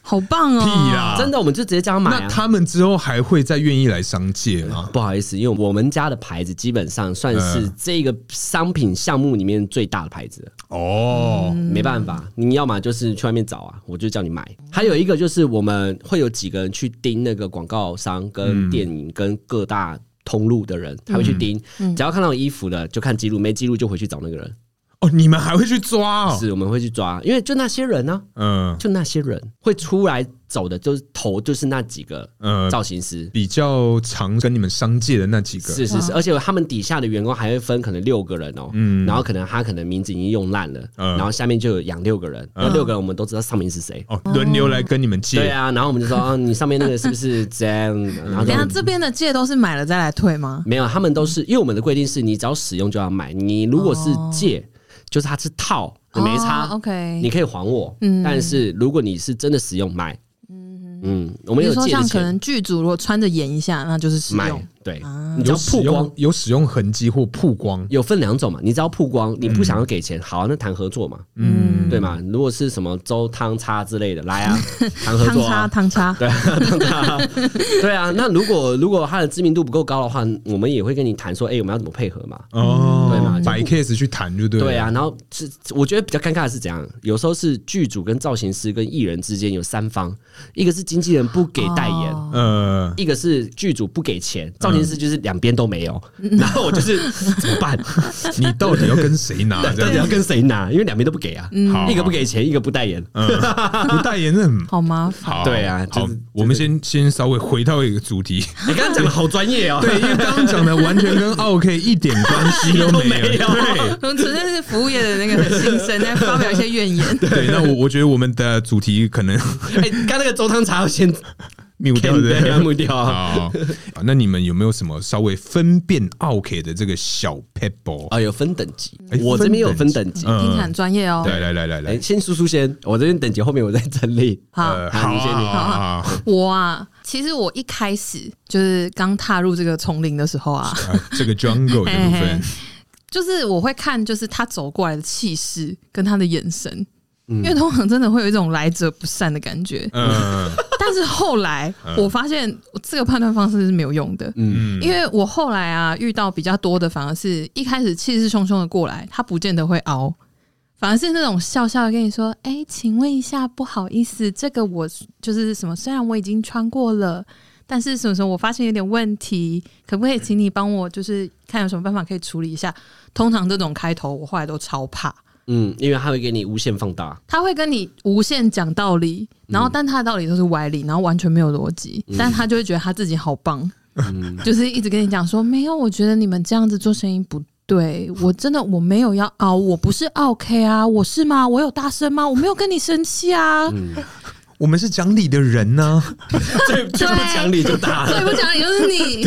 A: 好棒哦！
B: 屁啦啊
C: 真的我们就直接叫他买
B: 那
C: 啊。
B: 他们之后还会再愿意来商界吗？
C: 不好意思，因为我们家的牌子基本上算是这个商品项目里面最大的牌子了，
B: 哦，
C: 没办法，你要么就是去外面找啊，我就叫你买。还有一个就是我们会有几个人去盯那个广告商、跟电影、跟各大通路的人，他会去盯，只要看到有衣服的就看记录，没记录就回去找那个人。
B: 哦，你们还会去抓哦？
C: 是，我们会去抓，因为就那些人呢、
B: 嗯
C: 就那些人会出来走的，就是头就是那几个
B: 呃，
C: 造型师。
B: 比较常跟你们商界的那几个，
C: 是是
A: 嗯
C: 是，而且他们底下的员工还会分可能六个人哦，然后可能他可能名字已经用烂了，
B: 嗯
C: 然后下面就有养六个人，那六个人我们都知道上面是谁，
B: 哦，轮流来跟你们借，
C: 对啊，然后我们就说啊，你上面那个是不是这样？
B: 嗯
C: 然后
A: 等一
C: 就
A: 下这边的借都是买了再来退吗？
C: 没有，他们都是因为我们的规定是你只要使用就要买，你如果是借，就是它是套，没差
A: 哦哦，OK，
C: 你可以还我
A: 嗯，
C: 但是如果你是真的使用买，嗯，我
A: 比
C: 们
A: 如
C: 有
A: 说
C: 借
A: 像
C: 的
A: 可
C: 钱
A: 能剧组如果穿着演一下，那就是使
C: 买
A: 用，，
C: 对
A: 啊，
C: 你只
B: 有
C: 要
B: 使
C: 曝光
B: 用。有使用痕迹或曝光，
C: 有分两种嘛，你只要曝光，你不想要给钱，好，那谈合作嘛，
A: 嗯，
C: 对嘛？如果是什么粥汤叉之类的，来啊，谈合
A: 汤
C: 作
A: 叉
C: 啊，
A: 汤叉，
C: 对啊，汤叉，对啊。那如果如果他的知名度不够高的话，我们也会跟你谈说，哎、我们要怎么配合嘛？
B: 哦，
C: 对嘛就
B: 摆 case 去谈就对了。
C: 对啊，然后是我觉得比较尴尬的是怎样？有时候是剧组跟造型师跟艺人之间有三方，一个是经纪人不给代言。
A: 哦
B: 呃，
C: 一个是剧组不给钱，造型师就是两边都没有，
A: 嗯
C: 然后我就是 怎么办？
B: 你到底要跟谁拿？ 这
C: 到底要
B: 样
C: 跟谁拿？因为两边都不给啊，
A: 嗯
B: 好，
C: 一个不给钱，一个不代言。
B: 好不代言是很
A: 好麻 烦。
B: 好。
C: 对啊
B: 好
C: 就是，
B: 我们先先稍微回到一个主 题，
C: 你刚刚讲的好专业哦，
B: 对，因为刚刚讲的完全跟 OK 一点关系都没有。
C: 没有
B: 对
A: 我们纯粹是服务业的那个心声，在发表一些怨言。
B: 对，那我我觉得我们的主题可能
C: 哎，刚刚那个粥汤茶要先
B: mute 掉
C: 对
B: 的。
C: 要木掉啊。
B: 好，好那你们有没有什么稍微分辨 OK 的这个小 pebble？
C: 啊，有分等级
B: 哎，
C: 我这边有分
B: 分
C: 等级。
B: 嗯
A: 听起来很专业哦。
B: 来来来来
C: 哎，
B: 来，
C: 先叔叔先，我这边等级后面我再整理。
A: 啊好，
B: 呃，
C: 好
B: 好
C: 你先你
B: 好好好，
A: 我啊，其实我一开始就是刚踏入这个丛林的时候啊，
B: 啊这个 jungle 的部分，
A: 就是我会看，就是他走过来的气势跟他的眼神。因为通常真的会有一种来者不善的感觉，
B: 嗯
A: 但是后来我发现我这个判断方式是没有用的，
B: 嗯
A: 因为我后来啊遇到比较多的，反而是一开始气势汹汹的过来，他不见得会熬，反而是那种笑笑的跟你说：“哎、请问一下，不好意思，这个我就是什么？虽然我已经穿过了，但是什么什么，我发现有点问题，可不可以请你帮我，就是看有什么办法可以处理一下？”通常这种开头，我后来都超怕。
C: 嗯，因为他会给你无限放大。
A: 他会跟你无限讲道理，然后但他的道理都是歪理，然后完全没有逻辑，但他就会觉得他自己好棒， 就是一直跟你讲说没有，我觉得你们这样子做生意不对，我真的我没有要凹，我不是 OK 啊，我是吗？我有大声吗？我没有跟你生气啊，
B: 我们是讲理的人呢，
C: 最 最不讲理就打了。
A: 最不讲理就是你，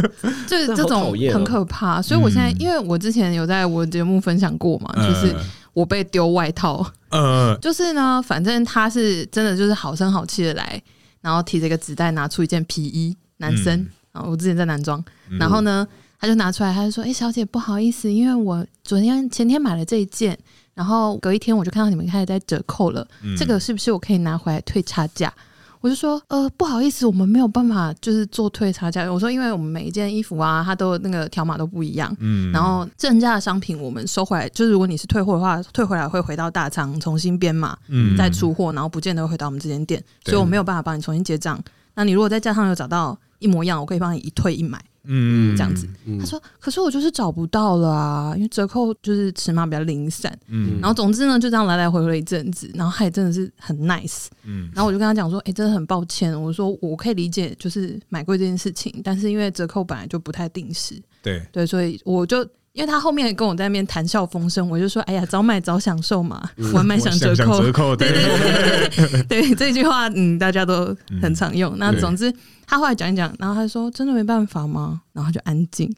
A: 就是这
C: 这好
A: 种
C: 讨厌哦
A: 很可怕，所以我现在因为我之前有在我节目分享过嘛，就是我被丢外套。
B: 呃，
A: 就是呢，反正他是真的就是好声好气的来，然后提着一个纸袋，拿出一件皮衣，男生。
B: 嗯
A: 然后我之前在男装，然后呢，他就拿出来，他就说：“哎、小姐，不好意思，因为我昨天前天买了这一件，然后隔一天我就看到你们开始在折扣了，
B: 嗯
A: 这个是不是我可以拿回来退差价？”我就说，呃，不好意思，我们没有办法，就是做退差价。我说，因为我们每一件衣服啊，它都那个条码都不一样，
B: 嗯
A: 然后正价的商品我们收回来，就是如果你是退货的话，退回来会回到大仓重新编码，
B: 嗯
A: 再出货，然后不见得会回到我们这间店，
B: 对
A: 所以我没有办法帮你重新结账。那你如果在架上有找到一模一样，我可以帮你一退一买
B: 嗯
A: 这样子。
C: 嗯
A: 他说：“可是我就是找不到了啊，因为折扣就是尺码比较零散。”
B: 嗯
A: 然后总之呢，就这样来来回回了一阵子，然后他也真的是很 nice。
B: 嗯
A: 然后我就跟他讲说：“哎、真的很抱歉，我说我可以理解，就是买贵这件事情，但是因为折扣本来就不太定时，
B: 对，
A: 对，所以我就因为他后面跟我在那边谈笑风生，我就说：“哎呀，早买早享受嘛，晚买
B: 嗯我
A: 享
B: 想
A: 折扣。
B: 折扣，
A: 对
B: 对，
A: 对对对，这句话嗯大家都很常用。那
B: 对
A: 总之他后来讲一讲，然后他说：“真的没办法吗？”然后他就安静。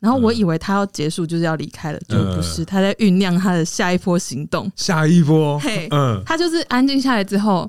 A: 然后我
B: 嗯
A: 以为他要结束就是要离开了，就不是，他在酝酿他的下一波行动。
B: 下一波
A: 嘿，
B: 嗯
A: 他就是安静下来之后，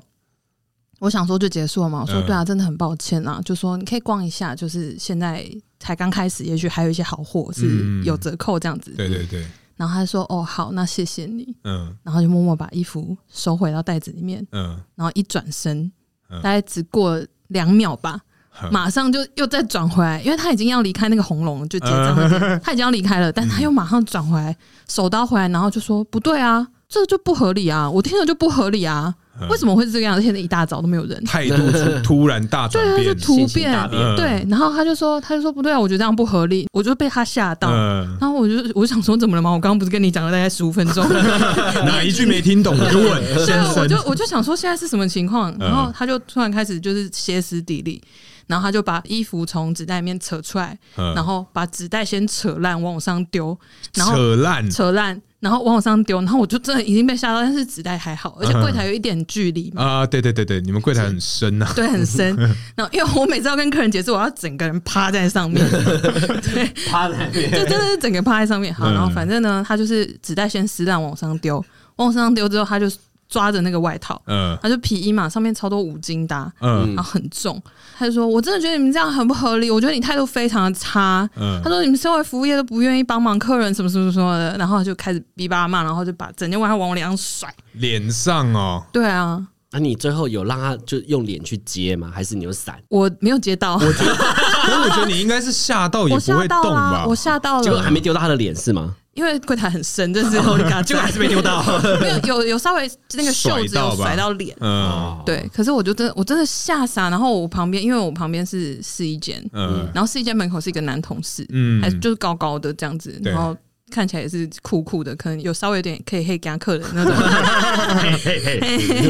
A: 我想说就结束了嘛。我说
B: 嗯
A: 对啊，真的很抱歉啊，就说你可以逛一下，就是现在才刚开始，也许还有一些好货是
B: 嗯
A: 有折扣这样子。
B: 对对对，
A: 然后他说哦好，那谢谢你。
B: 嗯
A: 然后就默默把衣服收回到袋子里面，
B: 嗯，
A: 然后一转身，
B: 嗯
A: 大概只过两秒吧，
B: 好
A: 马上就又再转回来，因为他已经要离开那个红龙，就结账那 边，他已经要离开了，但他又马上转回来，手刀回来，然后就说不对啊，这就不合理啊，我听了就不合理啊，
B: 嗯
A: 为什么会是这个样子？现在一大早都没有人。
B: 态度 突突然大转
A: 对啊，就
B: 变，
A: 突
C: 信息
A: 变
C: 大，
B: 变嗯
A: 对，然后他就说，他就说不对啊，我觉得这样不合理，我就被他吓到，
B: 嗯，
A: 然后我就我就想说怎么了吗？我刚刚不是跟你讲了大概十五分钟，
B: 哪一句没听懂我就问
A: 对
B: 先
A: 啊，我
B: 生，
A: 就我就想说现在是什么情况，
B: 嗯
A: 然后他就突然开始就是歇斯底里，然后他就把衣服从纸袋里面扯出来，然
B: 嗯
A: 后把纸袋先扯烂往我上丢，然后
B: 扯烂，
A: 扯烂，然后往我上丢，然后我就真的已经被吓到，但是纸袋还好，
B: 嗯
A: 而且柜台有一点距离嘛。
B: 啊，对对对对，你们柜台很深啊呐、
A: 对，很深。
B: 嗯
A: 然后，因为我每次要跟客人解释，我要整个人趴在上 面，
C: 趴在那边
A: 就真的是整个趴在上面。好，
B: 嗯
A: 然后反正呢，他就是纸袋先撕烂往上丢，往上丢之后，他就抓着那个外套，
B: 嗯
A: 他就皮衣嘛，上面超多五金搭，
B: 嗯
A: 然后很重。他就说：“我真的觉得你们这样很不合理，我觉得你态度非常的差。
B: 嗯
A: 他说：“你们身为服务业都不愿意帮忙客人，什么什么什么的。”然后他就开始逼巴骂，然后就把整件外套往我脸上甩。
B: 脸上 哦，
A: 对啊，
C: 那、你最后有让他就用脸去接吗？还是你有闪？
A: 我没有接到，我
B: 可是我觉得你应该是吓到也不
A: 吓
B: 会
A: 到
B: 动
A: 啦
B: 吧，？
A: 我吓到
C: 结果还
A: 了，
C: 没丢到他的脸是吗？
A: 因为柜台很深，这时候你嘎，
C: 结果还是没 丢到。
A: 没有有有稍微那个袖子
B: 甩到
A: 有
B: 吧
A: 甩到脸。
B: 嗯
A: 对，可是我就真的我真的吓傻，然后我旁边，因为我旁边是试衣间，
B: 嗯
A: 然后试衣间门口是一个男同事，
B: 嗯
A: 还就是高高的这样子，
B: 对
A: 然后看起来也是酷酷的，可能有稍微有点可以黑给他客人那种。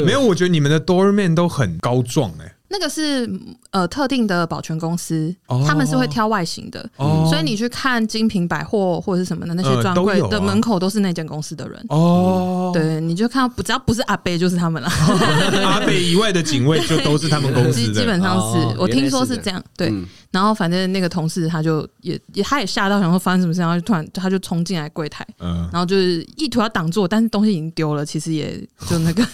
B: 没有，我觉得你们的 doorman 都很高壮哎、
A: 那个是呃特定的保全公司，
B: 哦
A: 他们是会挑外形的。
B: 哦
A: 所以你去看精品百货或者是什么的那
B: 呃
A: 些专
B: 都
A: 柜
B: 有啊
A: 的门口都是那间公司的人，
B: 哦，
A: 对，你就看到不只要不是阿贝就是他们了，
B: 阿北以外的警卫就都是他们公司
A: 基基
B: 的
A: 本上是、
C: 哦
A: 我
C: 原来
A: 听
C: 是
A: 说是
C: 这样嗯
A: 这样，对。然后反正那个同事他就也也他也吓到，想说发生什么事，然后就突然他就冲进来柜台，
B: 嗯，
A: 然后就是意图要挡住我，但是东西已经丢了，其实也就那 个，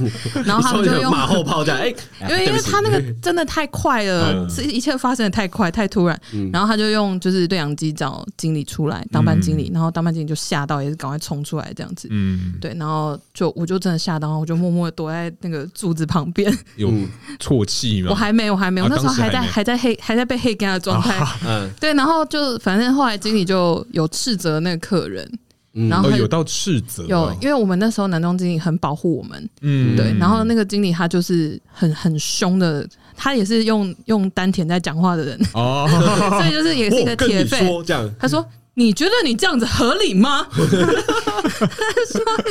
A: 然后他们
C: 你
A: 就
C: 说有
A: 用。
C: 马后炮这样，哎、哎
A: 因为因为他那个真的太快了，
B: 嗯
A: 是一切发生的太快太突然，然后他就用就是对讲机找经理出来当班经理，然后当班经理就吓到，也是赶快冲出来这样子，
B: 嗯，
A: 对，然后就我就真的吓到，然后我就默默地躲在那个柱子旁 边，
B: 有啜泣吗？
A: 我还没有，我还没有，
B: 啊
A: 那时候
B: 当时
A: 还在
B: 还没
A: 还在黑还在被黑干的状 态，
C: 嗯
A: 对，然后就反正后来经理就有斥责那个客人，
C: 嗯
A: 然后
B: 哦，
A: 他
B: 有到斥责哦，
A: 有，因为我们那时候南中经理很保护我们，
B: 嗯
A: 对，然后那个经理他就是很很凶的，他也是用用丹田在讲话的 人，
B: 哦，
A: 所以就是也是一个
C: 我跟
A: 铁
C: 你
A: 肺。
C: 说这样
A: 他说：“你觉得你这样子合理吗，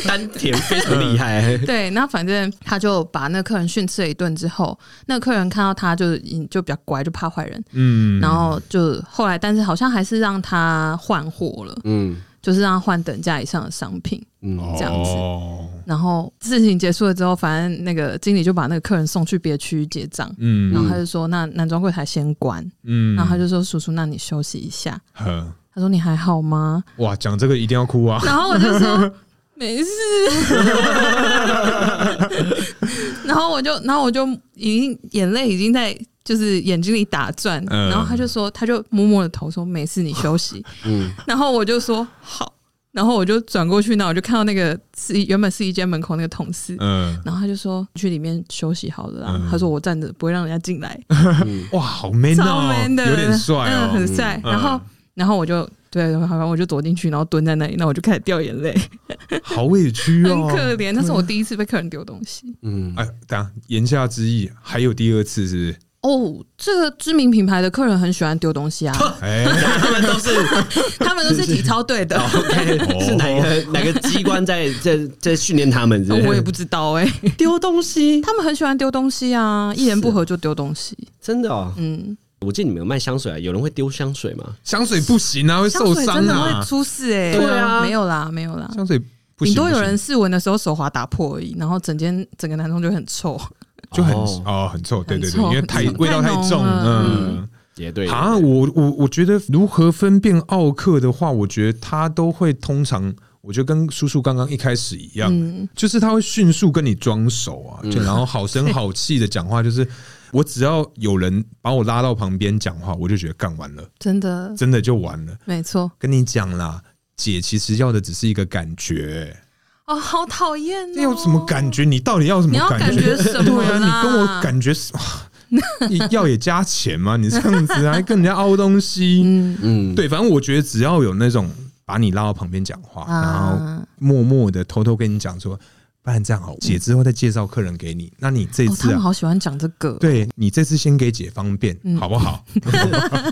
C: 丹田非常厉害？”
A: 对，那反正他就把那客人训斥了一顿之后，那客人看到他就已就比较乖，就怕坏人，
B: 嗯，
A: 然后就后来，但是好像还是让他换货了，
C: 嗯
A: 就是让他换等价以上的商品。
C: 嗯，
A: 这样子
B: 子，
A: 然后事情结束了之后，反正那个经理就把那个客人送去别区结账，然
B: 嗯
A: 后他就说：“那男装柜台先关。”
B: 嗯，
A: 然后他就说：“叔叔，那你休息一下。
B: 呵，”
A: 他说：“你还好吗
B: 哇，讲这个一定要哭啊？”！
A: 然后我就说：“没 事。”然后我就，然后我就已经眼泪已经在就是眼睛里打转。
B: 嗯
A: 然后他就说，他就摸摸我的头说：“没事，你休息。
C: 嗯，”
A: 然后我就说：“好。”然后我就转过去，那我就看到那个是原本是一间门口那个同事，
B: 嗯，
A: 然后他就说去里面休息好了啦。
B: 嗯
A: 他说我站着不会让人家进来，
B: 哇，好 man
A: 超
B: 哦，
A: man 的，
B: 有点帅
A: 嗯，
B: 哦，
A: 很帅。
B: 嗯
A: 然后，然后我就对，好吧，我就躲进去，然后蹲在那里，那我就开始掉眼泪，
B: 好委屈
A: 很
B: 哦，
A: 可怜。那是我第一次被客人丢东西。
C: 嗯，
B: 哎，等下言下之意还有第二次是不是？
A: 哦，这个知名品牌的客人很喜欢丢东西啊，
B: 哎，
C: 他们都是
A: 他们都是体操队
B: 哦
A: 的。哦
C: OK，是哪个哪个机关在在在训练他们是不是？
A: 哦我也不知道哎、
C: 丢东 西，
A: 他们很喜欢丢东西啊，一言不合就丢东西。
C: 真的哦。
A: 嗯，
C: 我记得你们有卖香水啊，有人会丢香水吗？
B: 香水不行啊，会
A: 香
B: 受
A: 水
B: 伤
A: 真的
B: 啊
A: 会，出事哎、
C: 对啊
A: 没有啦，没有啦。
B: 香水不
A: 顶
B: 行，
A: 多有
B: 不行
A: 人试闻的时候手滑打破而已，然后整间整个男童就很臭。
B: 就很
C: 哦
B: 哦很臭，对对对，
A: 很臭
B: 因为太
A: 很臭
B: 味道太
A: 太浓
B: 重，
A: 了
B: 嗯。
C: 也对
B: 啊，我我我觉得如何分辨奥克的话，我觉得他都会通常，我觉得跟叔叔刚刚一开始一样，
A: 嗯
B: 就是他会迅速跟你装熟啊，
C: 嗯
B: 就然后好声好气的讲话，就是我只要有人把我拉到旁边讲话，我就觉得干完了，
A: 真的，
B: 真的就完了。
A: 没错。
B: 跟你讲啦，姐其实要的只是一个感觉，
A: 哦，好讨厌、哦！
B: 你有什么感？觉？你到底要什
A: 你
B: 么
A: 要
B: 感
A: 感
B: 觉？
A: 觉什么 啦？
B: 对啊，你跟我感觉是。哇你要也加钱吗？你这样子还跟人家凹东西，
A: 嗯
C: 嗯，
B: 对，反正我觉得只要有那种把你拉到旁边讲话，然后
A: 啊，
B: 默默的偷偷跟你讲说，不然这样好，姐之后再介绍客人给你，那你这
A: 哦，他
B: 次
A: 们
B: 啊，
A: 好嗯喜欢讲这个。
B: 对你这次先给姐方便，好不好？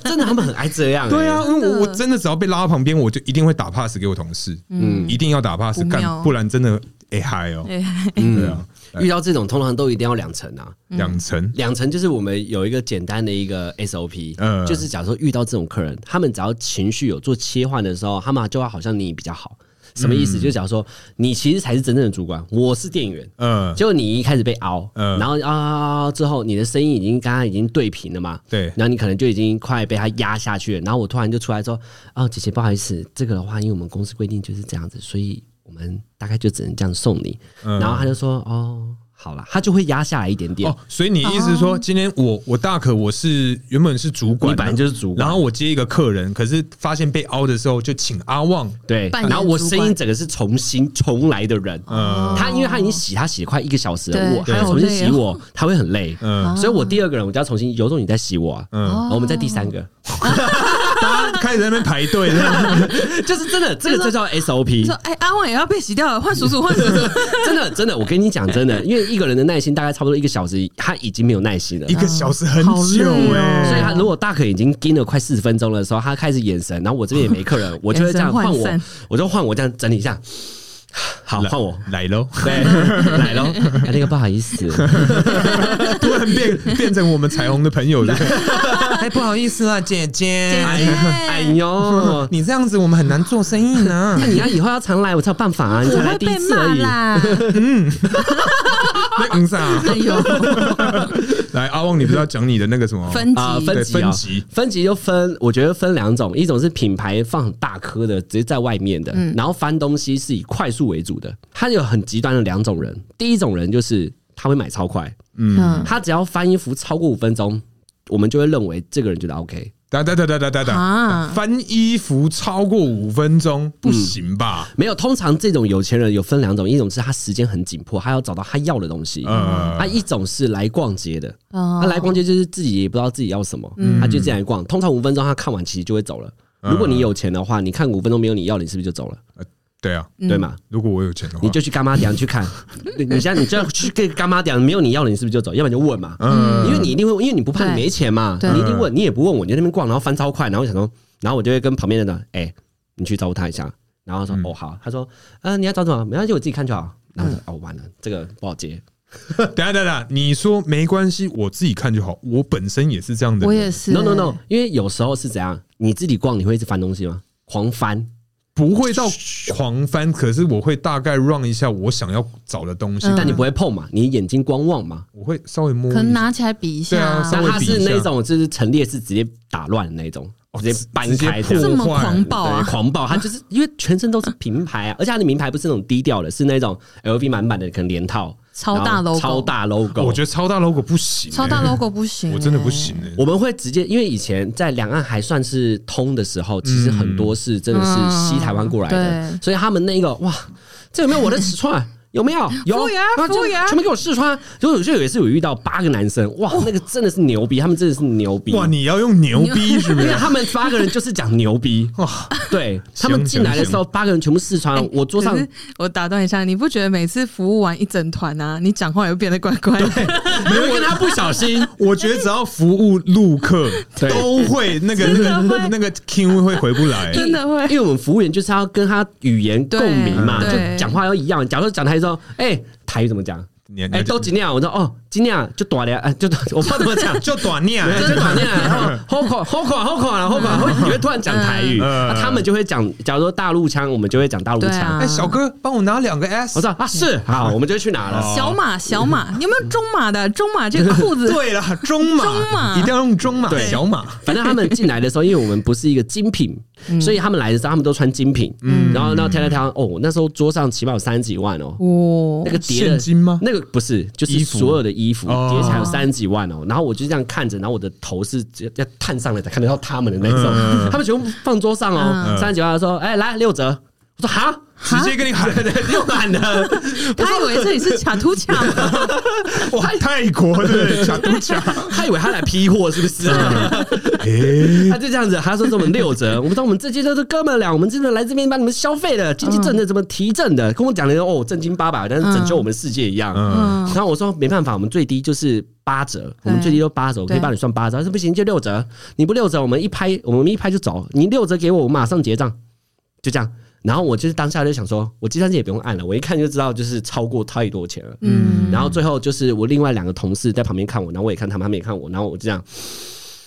C: 真的他们很爱这样。
B: 对啊，
A: 真
B: 因为
A: 的
B: 我我真的只要被拉到旁边，我就一定会打 pass 给我同事，
C: 嗯，
B: 一定要打 pass
A: 不妙
B: 干，不然真的哎嗨哦，
A: 哎，
C: 嗯，
B: 对啊，
C: 遇到这种通常都一定要两层啊，
A: 嗯
B: 两层，
C: 两层就是我们有一个简单的一个 SOP，、
B: 嗯
C: 就是假如说遇到这种客人，他们只要情绪有做切换的时候，他们就要好像你比较好，什么意思？就假如说你其实才是真正的主管，我是店员。
B: 嗯，
C: 结果你一开始被凹，
B: 嗯
C: 然后凹凹凹凹之后，你的声音已经刚刚已经对平了嘛，
B: 对
C: 然后你可能就已经快被他压啊下去了。然后我突然就出来说：“哦，姐姐，不好意思，这个的话，因为我们公司规定就是这样子，所以我们大概就只能这样送你。
B: 嗯
C: 然后他就说哦，好啦，他就会压下来一点点。
B: 哦，所以你意思是说，今天我我大可我是原本是主管，
C: 你本来就是主管
B: 然后我接一个客人，可是发现被凹的时候，就请阿旺
C: 对，
A: 扮演
C: 然后我
A: 主
C: 声
A: 管
C: 音整个是重新重来的人。
B: 嗯
A: 哦
C: 他因为他已经洗他洗了快一个小时了，
A: 对哦
C: 我
A: 对
C: 还要重新洗我，他会很累。
A: 啊
B: 嗯
C: 所以我第二个人我就要重新，有种你再洗我啊。
B: 嗯，
C: 然后我们在第三个，
B: 大家开始在那边排 队，这样
C: 就是真 的，这个就叫
A: 你说
C: SOP，
A: 哎，阿旺也要被洗掉了，换叔叔，换叔叔，
C: 真的真的，我跟你讲真 的，因为一个人的耐心大概差不多一个小时，他已经没有耐心了
B: 一。个小时很久
A: 好累哦
B: 哎、
C: 所以他如果大可已经盯了快四十分钟的时候，他开始眼神，然后我这边也没 客人，我就会这样
A: 眼神涣
C: 换我
A: 散，
C: 我就换我这样整理一下， 好 换我。
B: 来喽，
C: 对，来喽！哎，那个不好意思，
B: 突然变 变成我们彩虹的朋友了。
D: 哎，不好意思啦，姐姐，
C: 哎哎呦，
D: 你这样子我们很难做生意呢。
C: 那你要以后要常来，我才有办法啊！你
A: 我
C: 才来
A: 会
C: 第一
A: 被
C: 次
A: 骂
C: 而已。
A: 啦。
B: 那嗯 啥，
A: 哎呦，
B: 来阿旺，你不是要讲你的那个什么
A: 分
C: 啊、
A: 级
C: 分
B: 对
C: 级、啊
B: 分级
C: 分级就分，我觉得分两种，一种是品牌放很大颗的，直接在外面的，
A: 嗯
C: 然后翻东西是以快速为主的。它有很极端的两种人，第一种人就是他会买超快，
A: 嗯，
C: 他只要翻衣服超过五分钟，我们就会认为这个人觉得 OK。
B: 哒哒哒哒哒哒哒
A: 啊，
B: 翻衣服超过五分钟不行吧？
C: 没有，通常这种有钱人有分两种，一种是他时间很紧迫，他要找到他要的东西。
B: 呃
C: 啊，，一种是来逛街的，
A: 哦嗯
C: 他来逛街就是自己也不知道自己要什么，他就这样来逛。通常五分钟他看完其实就会走了。如果你有钱的话，你看五分钟没有你要，你是不是就走了？
B: 对啊，
A: 嗯
C: 对吗？
B: 如果我有钱的话
C: 你，就去干妈店 去看，你你现在你就要去跟干妈店，没有你要的你是不是就走？要不然就问嘛，因为你一定会，因为你不怕你
A: 对
C: 没钱嘛，
A: 对
C: 你一定问，你也不问我，你在那边逛，然后翻超快，然后我想说，然后我就会跟旁边的人，哎、你去招呼他一下，然后他说、哦好，他说啊你要找什么？没关系，我自己看就好。然后我说、
A: 嗯
C: 哦完了，这个不好接，
B: 等一下等一下，你说没关系，我自己看就好。我本身也是这样的人，
A: 我也是
C: no no no，因为有时候是怎样，你自己逛你会一直翻东西吗？狂翻，
A: 嗯
B: 不会到狂翻，可是我会大概 run 一下我想要找的东西，
A: 嗯
C: 但你不会碰嘛，你眼睛光望嘛。
B: 我会稍微摸一
A: 可
B: 下。
A: 能拿起来比一下
B: 对啊稍
C: 但
B: 微
C: 他
B: 比一
C: 是
B: 下
C: 那种就是陈列是直接打乱的那种，
B: 哦
C: 直接搬开
B: 直接
C: 样
A: 这
B: 破
A: 么狂暴
C: 对，
A: 啊！
C: 狂暴，他就是 因为全身都是名牌啊，而且他的名牌不是那种低调的，是那种 LV 满版的，可能连套，
A: 超大
C: 然后
A: logo
C: 超大 logo。
B: 我觉得超大 logo 不行、欸，
A: 超大 logo 不行，哎
B: 我真的不行、欸。
C: 我们会直接，因为以前在两岸还算是通的时候，其实很多是真的是西台湾过来的，
A: 嗯对
C: 所以他们那个哇，这有没有我的尺寸啊？有没有？有，
A: 服务员
C: 然后就
A: 服务员
C: 全部给我试穿。就有就有一次有遇到八个男生，哇，那个真的是牛逼，他们真的是牛逼，
B: 哇，你要用牛逼是不
C: 因 为
B: 是？
C: 他们八个人就是讲牛逼，
B: 哇，
C: 对他们进来的时候，八个人全部试穿
A: 哎。
C: 我桌上
A: 可是我打断一下，你不觉得每次服务完一整团啊，你讲话也会变得怪怪的？
C: 没有因为他不小心，
B: 我觉得只要服务陆 客
C: 对
B: 都会那个
A: 真的会
B: 那个 Q 会回不来，
A: 真的会
C: 因为我们服务员就是要跟他语言共鸣嘛，
A: 对
C: 就
A: 对
C: 讲话要一样。假如说讲台语说，哎，台语怎么讲？
B: 你。
C: 哎，都今天我说哦，今天就短了，哎，就 我不知道怎么讲
B: 就短念，啊
C: 真短念，然后后口后口后口然后口，会你会突然讲台语，
B: 嗯
C: 啊他们就会讲，假如说大陆腔，我们就会讲大陆
A: 对
C: 腔
A: 啊。
D: 哎，小哥，帮我拿两个
C: 我
D: S。
C: 说啊是好，我们就去拿了。
A: 小马，小马，你有没有中码的？中码这个裤子，
B: 对了，中码，
A: 中码
B: 一定要用中哎码，
C: 对
B: 小码，
C: 反正他们进来的时候，因为我们不是一个精品，所以他们来的时候他们都穿精品。然后呢，挑挑挑，哦，那时候桌上起码有三十几万哦，
A: 哦
C: 那，个叠
B: 现
C: 的。
B: 金吗？
C: 那个不是，就
B: 衣
C: 是
B: 服
C: 所有的衣服
B: 哦
C: 叠起来有三十几万哦，然后我就这样看着，然后我的头是直接要探上来才看得到他们的那
B: 嗯
C: 种，他们全部放桌上哦，三十几万，他说哎来六折，我说哈，
B: 直接跟你喊，
C: 又满了，
A: 他以为这里是卡图卡吗，
B: 哇，泰国的假都假，嗯
C: 他以为他来批货是不是啊？
B: 哎，
C: 他就这样子，他说这我们六折，我们说我们这些都是哥们俩，我们真的来这边帮你们消费的，经济正的怎么提振的，跟我讲的哦正经八百，但是拯救我们世界一样。
B: 嗯，
A: 嗯，
C: 然后我说没办法，我们最低就是八折，我们最低都八折，我可以帮你算八折。啊他说不行就六折，你不六折，我们一拍我们一拍就走，你六折给我，我马上结账，就这样。然后我就是当下就想说，我计算机也不用按了，我一看就知道就是超过太多钱了。
A: 嗯
C: 然后最后就是我另外两个同事在旁边看我，然后我也看他们，他们也看我，然后我就这样，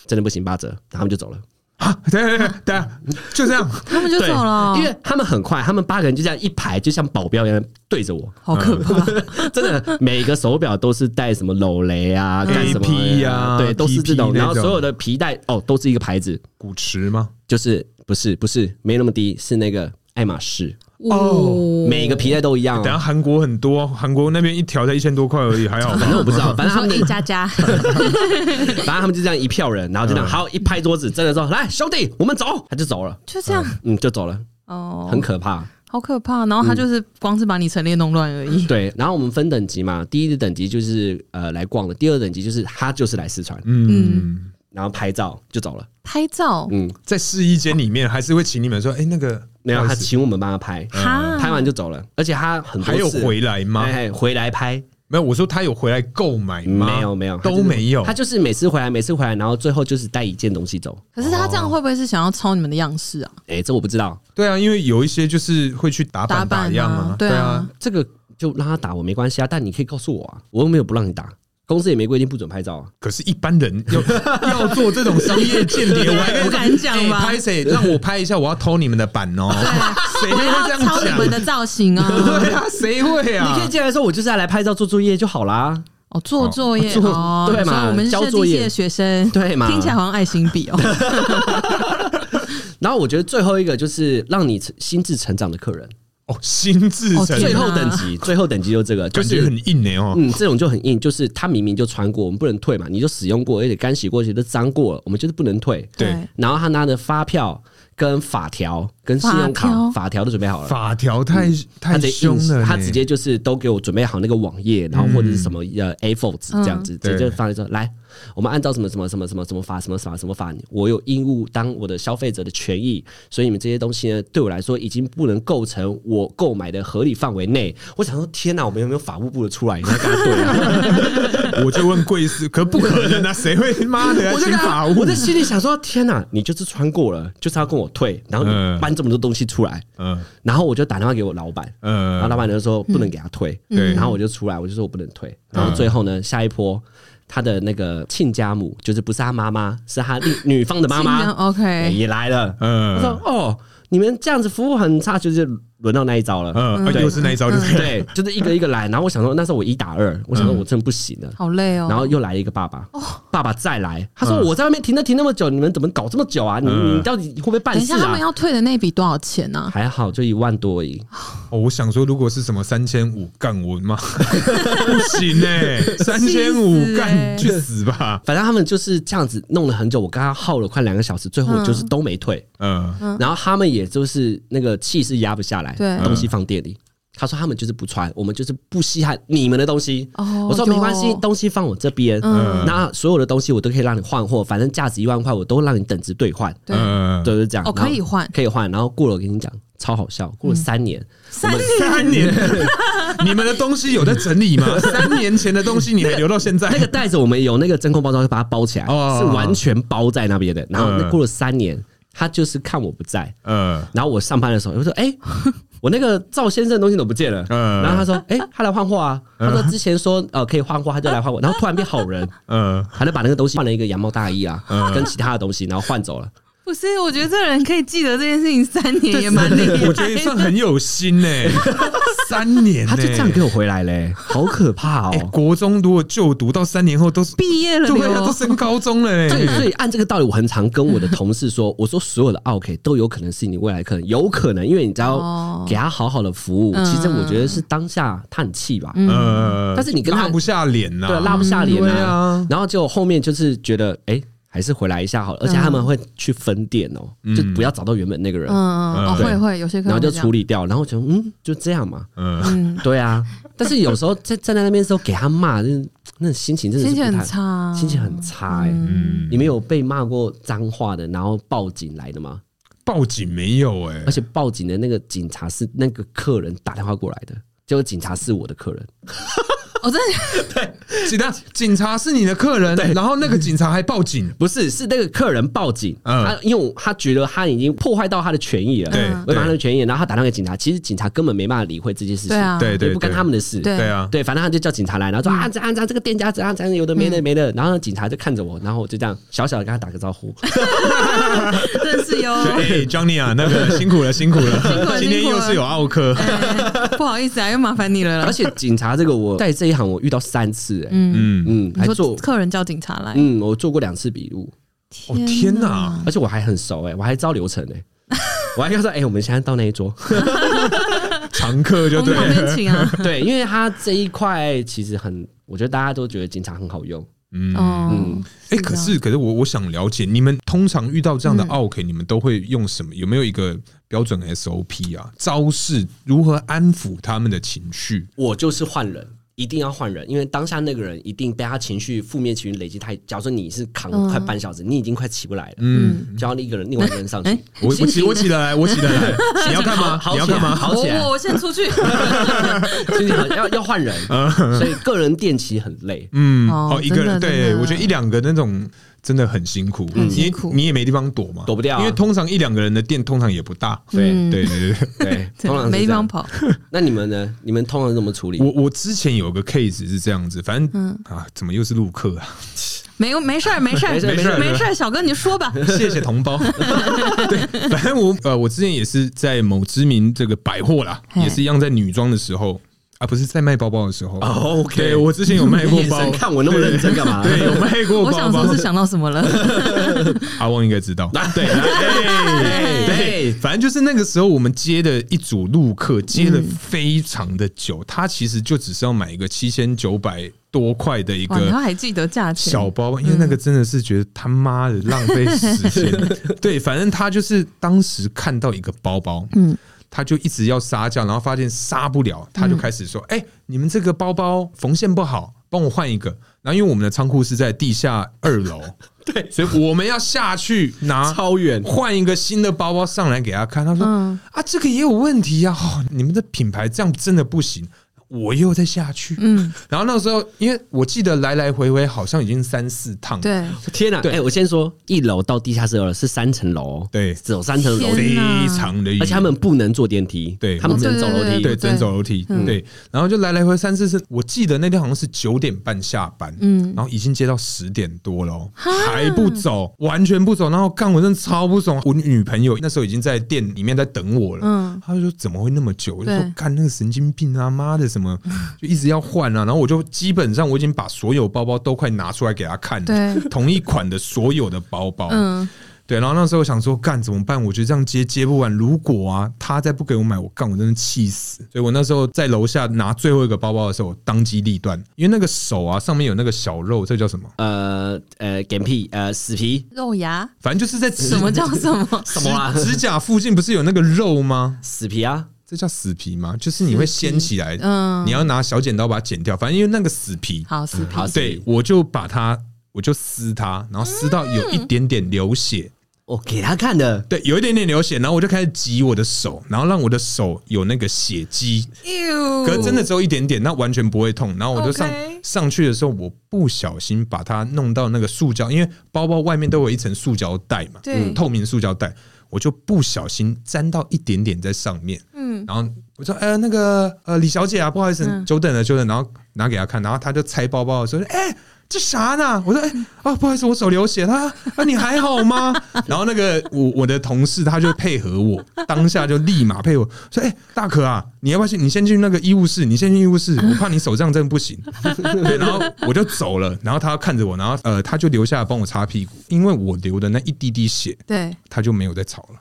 C: 真的不行八折，然后他们就走了。
B: 啊，等一下等一下等一下，就这样，
A: 他们就走了，
C: 因为他们很快，他们八个人就这样一排，就像保镖一样对 着我，
A: 好可怕，
C: 真的每个手表都是带什么楼雷啊，
B: 嗯
C: 干什么
B: AP 啊
C: 对，都是这
B: PP
C: 种，
B: 那种
C: 然后所有的皮带哦都是一个牌子，
B: 古驰吗？
C: 就是不是不是没那么低，是那个爱马仕。
A: 嗯
B: 哦
C: 每个皮带都一样
B: 等下
C: 哦。
B: 韩国很多，韩国那边一条才一千多块而已，还好
C: 反
B: 吧？
C: 正我不知道，反
A: 你
C: 正他
A: 说
C: 们嗯
A: 一加加，
C: 反正他们就这样一票人，然后就这
B: 嗯
C: 样，好一拍桌子，真的说来兄弟，我们走，他就走了，
A: 就这样
C: 嗯，就走了，
A: 哦，
C: 很可嗯怕。
A: 好可怕。然后他就是光是把你陈列弄乱而已。
C: 对，然后我们分等级嘛，第一个等级就是呃来逛的，第二等级就是他就是来试穿，
B: 嗯，
C: 然后拍照就走了。
A: 拍照
C: 嗯，
B: 在试衣间里面还是会请你们说，哎，那个
C: 没有
B: 不好
C: 他
B: 意思
C: 请我们帮他拍，
A: 哈，
C: 拍完就走了，而且他很多
B: 还有
C: 次
B: 回来吗？
C: 哎回来拍，
B: 没有，我说他有回来购买吗？
C: 没有没有
B: 都没有
C: 他。就是每次回来每次回来，然后最后就是带一件东西走。
A: 可是他这样会不会是想要抄你们的样式啊？
C: 哎，这我不知道，
B: 对啊，因为有一些就是会去打
A: 打
B: 扮
A: 扮
B: 样
A: 啊，
B: 对啊，，
C: 这个就让他打我没关系啊，但你可以告诉我啊，我又没有不让你打，公司也没规定不准拍照啊。
B: 可是，一般人 要要做这种商业间谍，我还跟
A: 不敢讲
D: 哎
A: 吧
D: 拍谁？让我拍一下，我要偷你们的板 哦。
C: 啊
D: 谁
A: 我
D: 会
A: 啊要
D: 这样
A: 抄你
D: 讲
A: 们？的造型啊！
D: 对啊，谁会
C: 你
D: 啊？
C: 可以进来说，我就是要来拍照做作业就好啦。
A: 哦，做作业
C: 哦做
A: 哦，
C: 对嘛
A: 所以我们是
C: 交
A: 设
C: 作
A: 计
C: 业
A: 系的学生，
C: 对嘛
A: 听起来好像爱心笔 哦。
C: 然后我觉得最后一个就是让你心智成长的客人，
B: 哦，心智
A: 哦
B: 成
A: 天
C: 最
A: 哪
C: 后等 级，最后等级就这个，就
B: 感觉
C: 是
B: 很硬呢哦。
C: 嗯，这种就很硬，就是他明明就穿过，我们不能退嘛，你就使用过，而且干洗过，而且都脏过了，我们就是不能退。
B: 对，
C: 然后他拿着发票、跟法条、跟信用
A: 法条
C: 卡、法条都准备好了。
B: 法条太
C: 嗯他
B: 太
C: 直接
B: 凶了呢，嗯
C: 他直接就是都给我准备好那个网页，然后或者是什么呃 A4 纸这样子，直接就放在说来，我们按照什么什么什么什么什么法什么法什么法，我有义务当我的消费者的权益，所以你们这些东西呢，对我来说已经不能构成我购买的合理范围内。我想说，天哪，我们有没有法务部的出来？你要跟他对 啊！
B: 我就问贵司，可不可 能啊？谁会妈的还
C: 我就
B: 请
C: 跟他
B: 法务
C: 我？在心里想说，天哪，你就是穿过了，就是要跟我退，然后
B: 嗯
C: 你搬这么多东西出来，
B: 嗯
C: 然后我就打电话给我老板，然
B: 呃
C: 后老板就说
A: 嗯
C: 不能给他退，
B: 对
C: 然后我就出来，我就说我不能退，然后最后呢，下一波他的那个亲家母就是不是他妈妈，是他另女方的妈
A: 亲家
C: 妈哎
A: ，OK，嗯
C: 也来了，他说
B: 呃
C: 哦，你们这样子服务很差，就是轮到那一招
A: 嗯
C: 了。
B: 呃，又是那一招，就是
C: 对，就是一个一个来，然后我想说，那时候我一打二，我想说我真的不行了，
A: 好累嗯哦。嗯
C: 然后又来一个爸爸，爸爸再来，他说我在外面停了停那么久，你们怎么搞这么久啊？你
B: 嗯
C: 你到底会不会办
A: 等一
C: 事
A: 下，他
C: 啊
A: 们？要退的那笔多少钱啊呢？
C: 还好就一万多而已，
B: 哦，我想说，如果是什么三千五，干我 妈不行哎、3三千
A: 气
B: 五
A: 死欸
B: 干去死吧！
C: 反正他们就是这样子弄了很久，我跟他耗了快两个小时，最后我就是都没退。
B: 嗯，
C: 然后他们也就是那个气势压不下来，
A: 对
C: 东西放店里。他说他们就是不穿，我们就是不稀罕你们的东西。
A: 哦
C: 我说
A: 有
C: 没关系，东西放我这边，
A: 嗯
C: 那所有的东西我都可以让你换货，反正价值一万块，我都让你等值兑换，
A: 对
B: 嗯，
C: 对，就是这样。
A: 哦，
C: 然后
A: 可以换嗯
C: 可以换。然后过了，我跟你讲，超好笑。过了三年，
A: 三年，
B: 三年， 你们的东西有在整理 吗？三年前的东西你还留到现在
C: 那？个袋子我们有那个真空包装，把它包起来，
B: 哦
C: 是完全包在那边的。然后那
B: 嗯
C: 过了三年，他就是看我不在，
B: 呃，
C: 然后我上班的时候，我就说：“ 哎、我那个赵先生的东西怎么不见了？”
B: 嗯
C: 然后他说：“哎、他来换货啊。”他说：“之前说呃可以换货，他就来 换货，然后突然变好人，
B: 呃，
C: 他就把那个东西换了一个羊毛大 衣啊，
B: 嗯
C: 跟其他的东西，然后换走了。
A: 不是？我觉得这人可以记得这件事情三年也蛮厉害的。
B: 我觉得算很有心呢、 三年、欸，
C: 他就这样给我回来嘞、好可怕
B: 哎、
C: 哦！
B: 国中如果就读到三年后都是，
A: 毕业了
B: 对啊，都
A: 哟，
B: 升高中了欸嘞、
C: 所
A: 嗯
C: 以，所以哦按这个道理，我很常跟我的同 事说，我说所有的 OK 都有可能是你未来客人，有可能，因为你只要
A: 哦
C: 给他好好的服务，
A: 嗯
C: 其实我觉得是当下叹气吧，
B: 呃，
C: 嗯但是你跟他
B: 拉不下脸呐、
C: 对，拉不下
A: 嗯
C: 脸
D: 对啊
C: 然后就后面就是觉得，哎、还是回来一下
A: 嗯
C: 好了。而且他们会去分店哦、
D: 嗯
C: 就不要找到原本那个人，
A: 嗯，哦，
B: 对
A: 会会有些可能
C: 然后就处
A: 理，
C: 理掉。然后我觉得，嗯，就这样嘛。
B: 嗯，
A: 嗯，
C: 对啊，但是有时候在站在那边的时候给他骂，就是那心情真的
A: 心
C: 是
A: 情
C: 不
A: 很
C: 太，
A: 差，
C: 心情很差哎、
B: 嗯
C: 你们有被骂过脏话的，然后报警来的吗？
B: 报警没有哎、
C: 而且报警的那个警察是那个客人打电话过来的，结果警察是我的客人，
A: 哦，真的
B: 警察，警察是你的客人，然后那个警察还报警，
C: 不是，是那个客人报警，
B: 嗯
C: 他因为他觉得他已经破坏到他的权益
A: 嗯
C: 了，
B: 对
C: 违反他
B: 对
C: 的权益，然后他打电话给警察，其实警察根本没办法理会这件事情，
A: 对啊，
B: 对
C: 也不干他们的事，
A: 对嗯
B: 对啊，
C: 对，反正他就叫警察来，然后说啊，这啊这这个店家怎样怎样，有的没的没的，然后警察就看着我，然后我就这样小小的跟他打个招呼，
A: 真是 哟，
B: 哎、j o h n n y 啊，那个辛苦了，辛苦
A: 苦了
B: 了，今天又是有奥克，
A: 不好意思啊，又麻烦你了
C: 而
A: 啦。
C: 且警察这个我 在这一行我遇到三次，哎，
A: 嗯，
B: 嗯，
C: 嗯，
A: 你
C: 还
A: 说
C: 做，
A: 客人叫警察来，
C: 嗯，我做过两次笔录，
B: 哦天哪，
C: 欸 而且我还很熟，哎，我还招流程，哎，我还跟他说，哎、我们现在到那一桌。
B: 常客就
A: 我
B: 对
A: 们旁边
B: 了。
A: 请啊。
C: 对，因为它这一块其实很，我觉得大家都觉得警察很好用。嗯
A: 哦，
B: 嗯哎，可是可是我我想了解，你们通常遇到这
A: 嗯
B: 样的 OK，你们都会用什么？有没有一个标准 SOP 啊？招式如何安抚他们的情绪？
C: 我就是换人，一定要换人，因为当下那个人一定被他情绪、负面情绪累积太。假如说你是扛快半小时，你已经快起不来了，
B: 嗯，
C: 就要另一个人，另外一个人上去。啊
A: 哎
B: 我我
A: 心
B: 起
A: 情
B: 我起得来，我起得 来。你要干嘛？
C: 好哦
B: 你要干嘛？
C: 好起来
A: 我我我先出去。
C: 心情好要要换人，所以个人电骑很累。
B: 嗯，
A: 哦
B: 哦，一个人，
A: 真的真
B: 对
A: 的
B: 我觉得一两个那种真的很辛苦，
A: 嗯
B: 你
A: 辛苦
B: 你也没地方躲嘛，
C: 躲不掉啊
B: 因为通常一两个人的店通常也不大，
C: 对
A: 嗯
B: 对对对。
C: 对，通常是
A: 没地
C: 这样
A: 方。跑。
C: 那你们呢？你们通常怎么处理？
B: 我我之前有个 case 是这样子，反正
A: 嗯
B: 啊，怎么又是录客啊？
A: 没有，没事儿，没事儿，
C: 没事
B: 没事儿
A: 没事儿，小哥你说 吧。
B: 谢谢同胞。 对，反正我呃，我之前也是在某知名这个百货啦，
A: 嘿
B: 也是一样在女装的时候啊，不是在卖包包的时候。
C: 哦，OK
B: 对我之前有卖过
C: 眼
B: 包
C: 神，看我那么认真干嘛？
B: 对，有卖过
A: 我
B: 包
A: 想
B: 包
A: 说。是想到什 么了？
B: 阿旺应该知道，对，哎
C: 对
B: 对，反正就是那个时候我们接的一组陆客，接
A: 嗯
B: 了非常的久，他其实就只是要买一个七千九百多块的一
A: 哇，你
B: 个
A: 还记得价钱？
B: 小包，因为那个真的是觉得他妈的浪费时间。 对，反正他就是当时看到一个包包，嗯，他就一直要杀价，然后发现杀不了，他就开始说：“哎、你们这个包包缝线不好，帮我换一个。”然后因为我们的仓库是在地下二楼，对，所以我们要下去拿
C: 超远
B: 换一个新的包包上来给他看。他说：“
A: 嗯
B: 啊，这个也有问题呀、哦，你们的品牌这样真的不行。”我又再下去，嗯， 然后那时候，因为我记得来来回回好像已经三四趟，
A: 对，
C: 天哪！
B: 对
C: 哎，我先说，一楼到地下室二楼是三层楼哦，
B: 对
C: 只有三层楼
A: 天，
B: 非常的远，
C: 而且他们不能坐电梯，
B: 对
C: 他们只能走楼
A: 对
C: 梯。
B: 对，嗯
A: 对
B: 只能走楼梯，对，然后就来来回三四次。我记得那天好像是九点半下班，嗯，然后已经接到十点多了哦，还不走，完全不走。然后干，我真的超不爽。我女朋友那时候已经在店里面在等我了，嗯
A: 嗯，
B: 她就说怎么会那么久？我就说
A: 对嗯
B: 干那个神经病啊，妈的什么，就一直要换啊。然后我就基本上我已经把所有包包都快拿出来给她看了，
A: 对
B: 同一款的所有的包包，
A: 嗯，
B: 对，然后那时候想说，干怎么办？我觉得这样接接不完。如果啊，他再不给我买，我干，我真的气死。所以我那时候在楼下拿最后一个包包的时候，我当机立断，因为那个手啊上面有那个小肉，这叫什么？
C: 呃呃，眼皮呃死皮
A: 肉芽，
B: 反正就是在 指
A: 什么叫什么？
C: 什么啊
B: 指指甲附近不是有那个肉吗？
C: 死皮啊，
B: 这叫死皮吗？就是你会掀起来，
A: 嗯
B: 你要拿小剪刀把它剪掉。反正因为那个死皮，
A: 好，死皮
C: 嗯好，
B: 对，我就把它，我就撕它，然后撕到有一点点流血。
A: 嗯
C: 我哦给他看的，
B: 对，有一点点流血，然后我就开始挤我的手，然后让我的手有那个血迹，可是真的只有一点点，那完全不会痛。然后我就上
A: 哦 OK
B: 上去的时候，我不小心把它弄到那个塑胶，因为包包外面都有一层塑胶袋嘛，
A: 对
B: 嗯透明塑胶袋，我就不小心沾到一点点在上面，
A: 嗯
B: 然后我说：“呃，那个呃，李小姐啊，不好意思，久等了，久等。”然后拿给她看，然后她就拆包包说：“哎、这啥呢？”我说：“哎、哦，不好意思，我手流血。”她啊，你还好吗？ 然后那个我我的同事他就配合我，当下就立马配合我说：“哎、大可啊，你要不要去？你先去那个医务室，你先去医务室，我怕你手这样真的不行。”对，然后我就走了，然后他看着我，然后呃，他就留下来帮我擦屁股，因为我流的那一滴滴血，
A: 对，
B: 他就没有再吵了，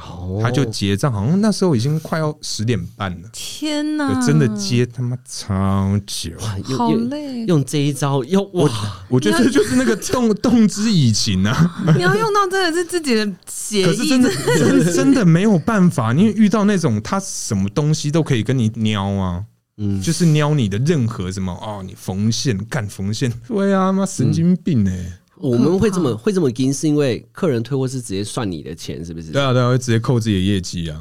C: 哦
B: 他就结账，好像那时候已经快要十点半了。
A: 天哪，
B: 对，真的接他妈超久。
C: 哇用
A: 好
C: 用
A: 累啊
C: 用这一招又哇，
B: 我觉得这就是那个动动之以情啊，
A: 你要用到真的是自己的血
B: 可是
A: 液，
B: 真的真 的真的没有办法，因为遇到那种他什么东西都可以跟你撩啊，
C: 嗯，
B: 就是撩你的任何什么哦，你缝线干缝线，对啊，妈神经病哎、
C: 我们会这么会这么盯，是因为客人退货是直接算你的钱，是不是
B: 对？啊对啊，会直接扣自己的业绩啊，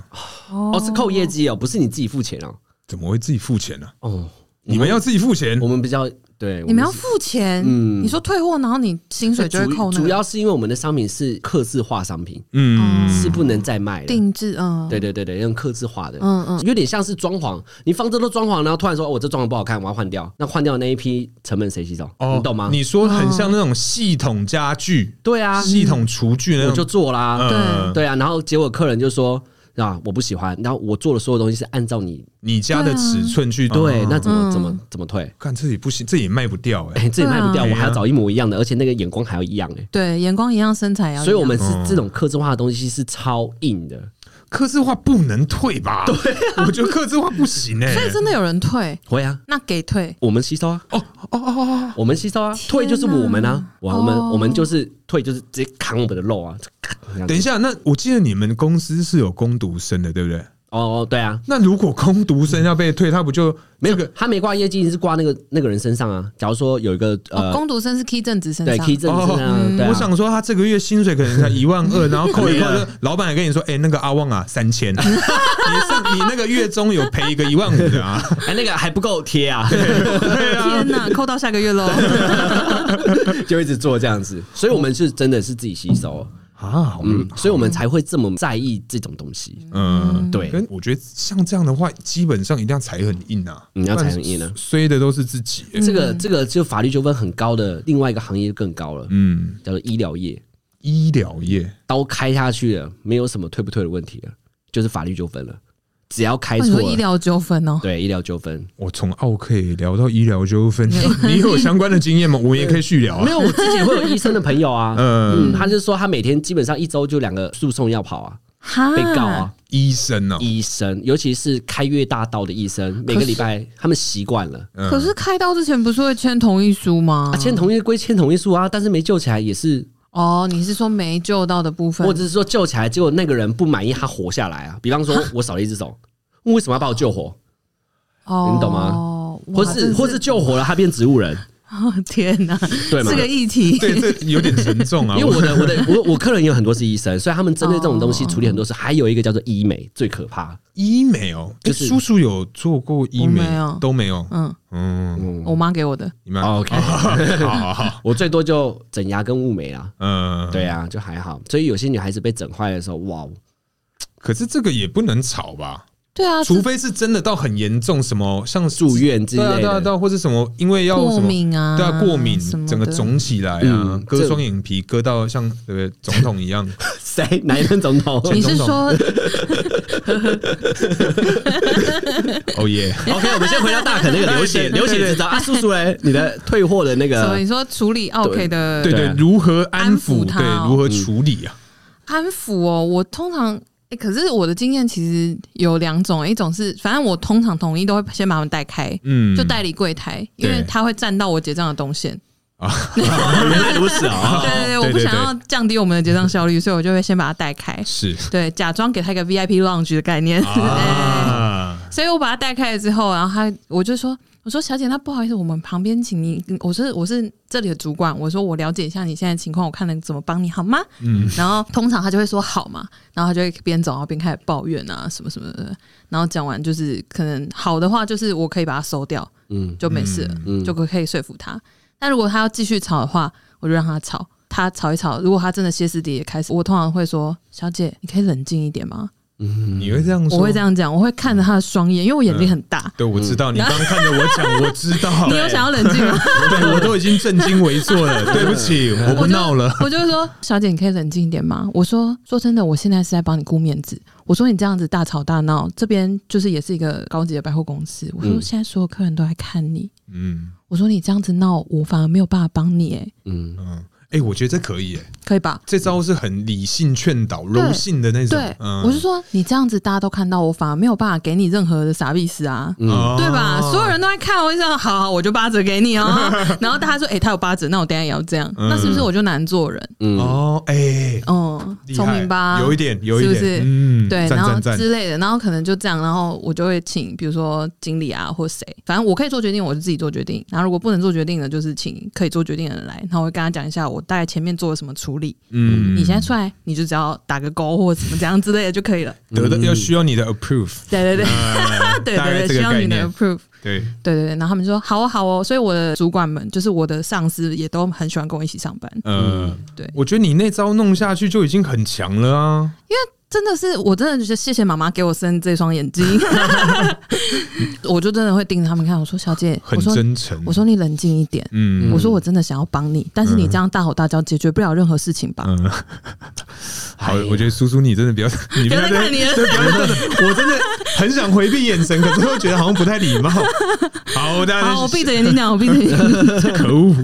C: 哦，是扣业绩哦，不是你自己付钱哦。
B: 怎么会自己付钱呢、啊？
C: 哦，
B: 你们要自己付钱
C: 我，们比较对，
A: 你们要
C: 是
A: 付钱，
C: 嗯
A: 你说退货，然后你薪水就会扣那个
C: 主主要是因为我们的商品是刻字化商品，
B: 嗯，
C: 是不能再卖的。
A: 定制，嗯，
C: 对对对对，用刻字化的，
A: 嗯嗯
C: 有点像是装潢，你房子都装潢，然后突然说，哦我这装潢不好看，我要换掉，那换掉那一批成本谁吸收？你懂吗？
B: 哦你说很像那种系统家具、
C: 对啊，
B: 系统厨具那
C: 我
B: 种，
C: 就做啦，
B: 呃，
C: 对啊，然后结果客人就说啊，我不喜欢，然后我做的所有东西是按照你
B: 你家的尺寸去
C: 对，那怎么
A: 嗯
C: 怎么怎么退？
B: 看这也不行，这也卖不掉哎、
C: 哎，这也卖不掉，
B: 对啊
C: 我还要找一模一样的，而且那个眼光还要一样哎。
A: 对，眼光一样，身材也要一样，
C: 所以，我们是这种客制化的东西是超硬的，
B: 刻字化不能退吧？对、
C: 啊
B: 我觉得刻字化不行哎、
A: 所以真的有人退，
C: 会啊，
A: 那给退。
C: 我们吸收啊，哦哦哦哦，我们吸收啊，
A: 天
C: 退就是我们啊，
A: 哪
C: 哇我们
A: 哦
C: 我们就是退就是直接扛我们的肉啊，这样子
B: 等一下，那我记得你们公司是有攻读生的，对不对？
C: 哦哦，对啊，
B: 那如果攻读生要被退，他不就
C: 没有他没挂业绩是挂那个那个人身上啊，假如说有一个
A: 哦，
C: 呃，
A: 攻读生是 key 正职身
C: 对
A: 上
C: key 证身上，对啊
B: 哦嗯
C: 啊
B: 我想说，他这个月薪水可能 才一万二，然后扣一扣，老板还跟你说：“哎、那个阿旺啊，三 千。”你是你那个月中有赔一个一万五的 啊？
C: 哎那个还不够贴 啊，
A: 天哪，扣到下个月喽。
C: 就一直做这样子，所以我们是真的是自己吸收，
B: 啊，
C: 嗯，所以我们才会这么在意这种东西，
B: 嗯，
C: 对
B: 跟我觉得像这样的话，基本上一定要踩很硬啊，
C: 你要踩很硬啊
B: 不然衰的都是自己、
C: 这个这个就法律纠纷很高的另外一个行业更高了，
B: 嗯，
C: 叫做医疗业，
B: 医疗业
C: 刀开下去了，没有什么退不退的问题了，就是法律纠纷了，只要 开
A: 那
C: 错
A: 哦你说
C: 了
A: 医疗纠纷哦，
C: 对医疗纠纷，
B: 我从奥 K 聊到医疗纠 纷，你有相关的经验吗？我们也可以续
A: 哦
B: 聊
C: 没
B: 啊。
C: 有，我之前会有医生的朋友啊，
B: 嗯
C: 嗯，他就说他每天基本上一周就两个诉讼要跑啊，
A: 哈
C: 被告啊，，
B: 医生 哦、
C: 医生，尤其是开越大刀的医生，每个礼拜他们习惯了。
B: 嗯
A: 可是开刀之前不是会签同意书吗
C: 啊，？签同意归签同意书啊，但是没救起来也是，
A: 哦，你是说没救到的部分
C: 或？者是说救起来，结果那个人不满意，他活下来啊。比方说，我少了一只手，为什么要把我救活？
A: 哦，
C: 你懂
A: 吗
C: 或是或是救活了，他变植物人，
A: 天哪，
C: 对吗
A: 这？个议题，
B: 对，这有点沉重啊。
C: 因为我的我 的我我客人有很多是医生，所以他们针对这种东西
B: 哦
C: 处理很多事。还有一个叫做医美，最可怕。
B: 医美哦、诶
C: 就是
B: 叔叔有做过医美
A: 我没有
B: 都没有，
A: 嗯，
B: 嗯，
A: 我妈给我的。
B: 你们、
C: 哦 OK，
B: 好好好，
C: 我最多就整牙跟雾眉啦。
B: 嗯，
C: 对啊，就还好。所以有些女孩子被整坏的时候，哇，
B: 可是这个也不能吵吧？
A: 对啊，
B: 除非是真的到很严重，什么像
C: 住院之
B: 对啊
C: 类
B: 对啊
C: 的，
B: 对啊，或是什么因为要什
A: 过
B: 么。
A: 敏啊，
B: 对啊，过敏
A: 什么的
B: 整个肿起来啊
C: 嗯，
B: 割
C: 这
B: 双眼皮，割到像对不对总统一样，
C: 谁哪一任 总统？
A: 你是说
B: 啊哦耶！
C: OK，我们先回到大可那个流血流血之招啊，叔叔嘞，你的退货的那
A: 什么？
C: 个
A: 你说处理 OK 的
B: 对
C: 对
B: 对
C: 啊，
B: 如何安
A: 安
B: 抚？
A: 抚他
B: 对，
A: 哦
B: 如何处理啊？
A: 安抚哦，我通常。诶可是我的经验其实有两种，一种是反正我通常统一都会先把他们带开，
B: 嗯，
A: 就代理柜台，因为
B: 对
A: 他会占到我结账的动线。
C: 原来如此啊，
A: 对对对，
B: 对
A: 我不
B: 对
A: 想要降低我们的结账效率，所以我就会先把它带 开，
B: 是
A: 对，假装给他一个 VIP lounge 的概念。对
B: 啊，
A: 所以我把他带开了之后，然后他我就说：“我说小姐，那不好意思，我们旁边请你，我是我是这里的主管，我说我了解一下你现在的情况，我看能怎么帮你好吗？”嗯，然后通常他就会说好嘛，然后他就会边走然后边开始抱怨啊什么什么的，然后讲完就是可能好的话就是我可以把它收掉，
C: 嗯，
A: 就没事了，
C: 嗯
A: 就可可以说服他。但如果他要继续吵的话，我就让他吵，他吵一吵。如果他真的歇斯底里开始，我通常会说：“小姐，你可以冷静一点吗
C: 嗯
B: 你会这样？”说？
A: 我会这样讲，我会看着他的双眼，因为我眼睛很大。
B: 对，我知道你刚刚看着我 讲，我知道，
C: 哎
A: 你有想要冷静 吗？
B: 对我都已经震惊为坐了，对不起，我不闹了。
A: 我就会说：“小姐，你可以冷静一点吗？”我说：“说真的，我现在是在帮你顾面子。”我说：“你这样子大吵大闹，这边就是也是一个高级的百货公司。”我说：“
C: 嗯
A: 现在所有客人都在看你。
B: 嗯
A: 我说：“你这样子闹，我反而没有办法帮你、欸，
C: 嗯，
B: 嗯，哎，我觉得这可以，哎，
A: 可以吧？”
B: 这招是很理性劝导、柔性的那种
A: 对，。
B: 嗯
A: 我是说你这样子大家都看到，我反而没有办法给你任何的傻逼思啊。
B: 哦
A: 对吧？所有人都在看，我就想，好好，我就八折给你 哦。然后大家说，哎、他有八折，那我等一下也要这样，
B: 嗯
A: 那是不是我就难做人？
B: 哦，哎，
A: 嗯，
B: 厉害
A: 聪明吧？
B: 有一点，有一
A: 是不是
B: 点，嗯，
A: 对，
B: 赞
A: 然后
B: 赞赞，
A: 之类的，然后可能就这样，然后我就会请，比如说经理啊，或谁，反正我可以做决定，我就自己做决定。然后如果不能做决定的，就是请可以做决定的人来，然后我会跟他讲一下我大概前面做了什么处理。
B: 嗯
A: 你现在出来，你就只要打个勾或怎么这样之类的就可以了。
B: 得的要需要你的 approve，嗯
A: 对对对，对
B: 大概
A: 对对，
B: 这个
A: 需要
B: 概
A: 你的
B: 念
A: approve。
B: 对，
A: 对对对，然后他们就说好哦好哦，所以我的主管们就是我的上司也都很喜欢跟我一起上班，
B: 呃，
A: 对
B: 我觉得你那招弄下去就已经很强了啊。
A: 真的是我真的觉得谢谢妈妈给我生这双眼睛， 我就真的会盯着他们看，我说小姐，
B: 很
A: 我说
B: 真诚。
A: 我说你冷静一点。
B: 嗯，
A: 我说我真的想要帮你，但是你这样大吼大叫解决不了任何事情吧？
B: 嗯，好
C: 哎呀，
B: 我觉得叔叔你真的不要， 你
A: 不要再
B: 再
A: 看你了
B: 对，不要再看了，我真的很想回避眼神，可是又觉得好像不太礼貌。好，大家
A: 好，我闭着眼睛 讲，我闭着眼睛讲。
B: 可恶，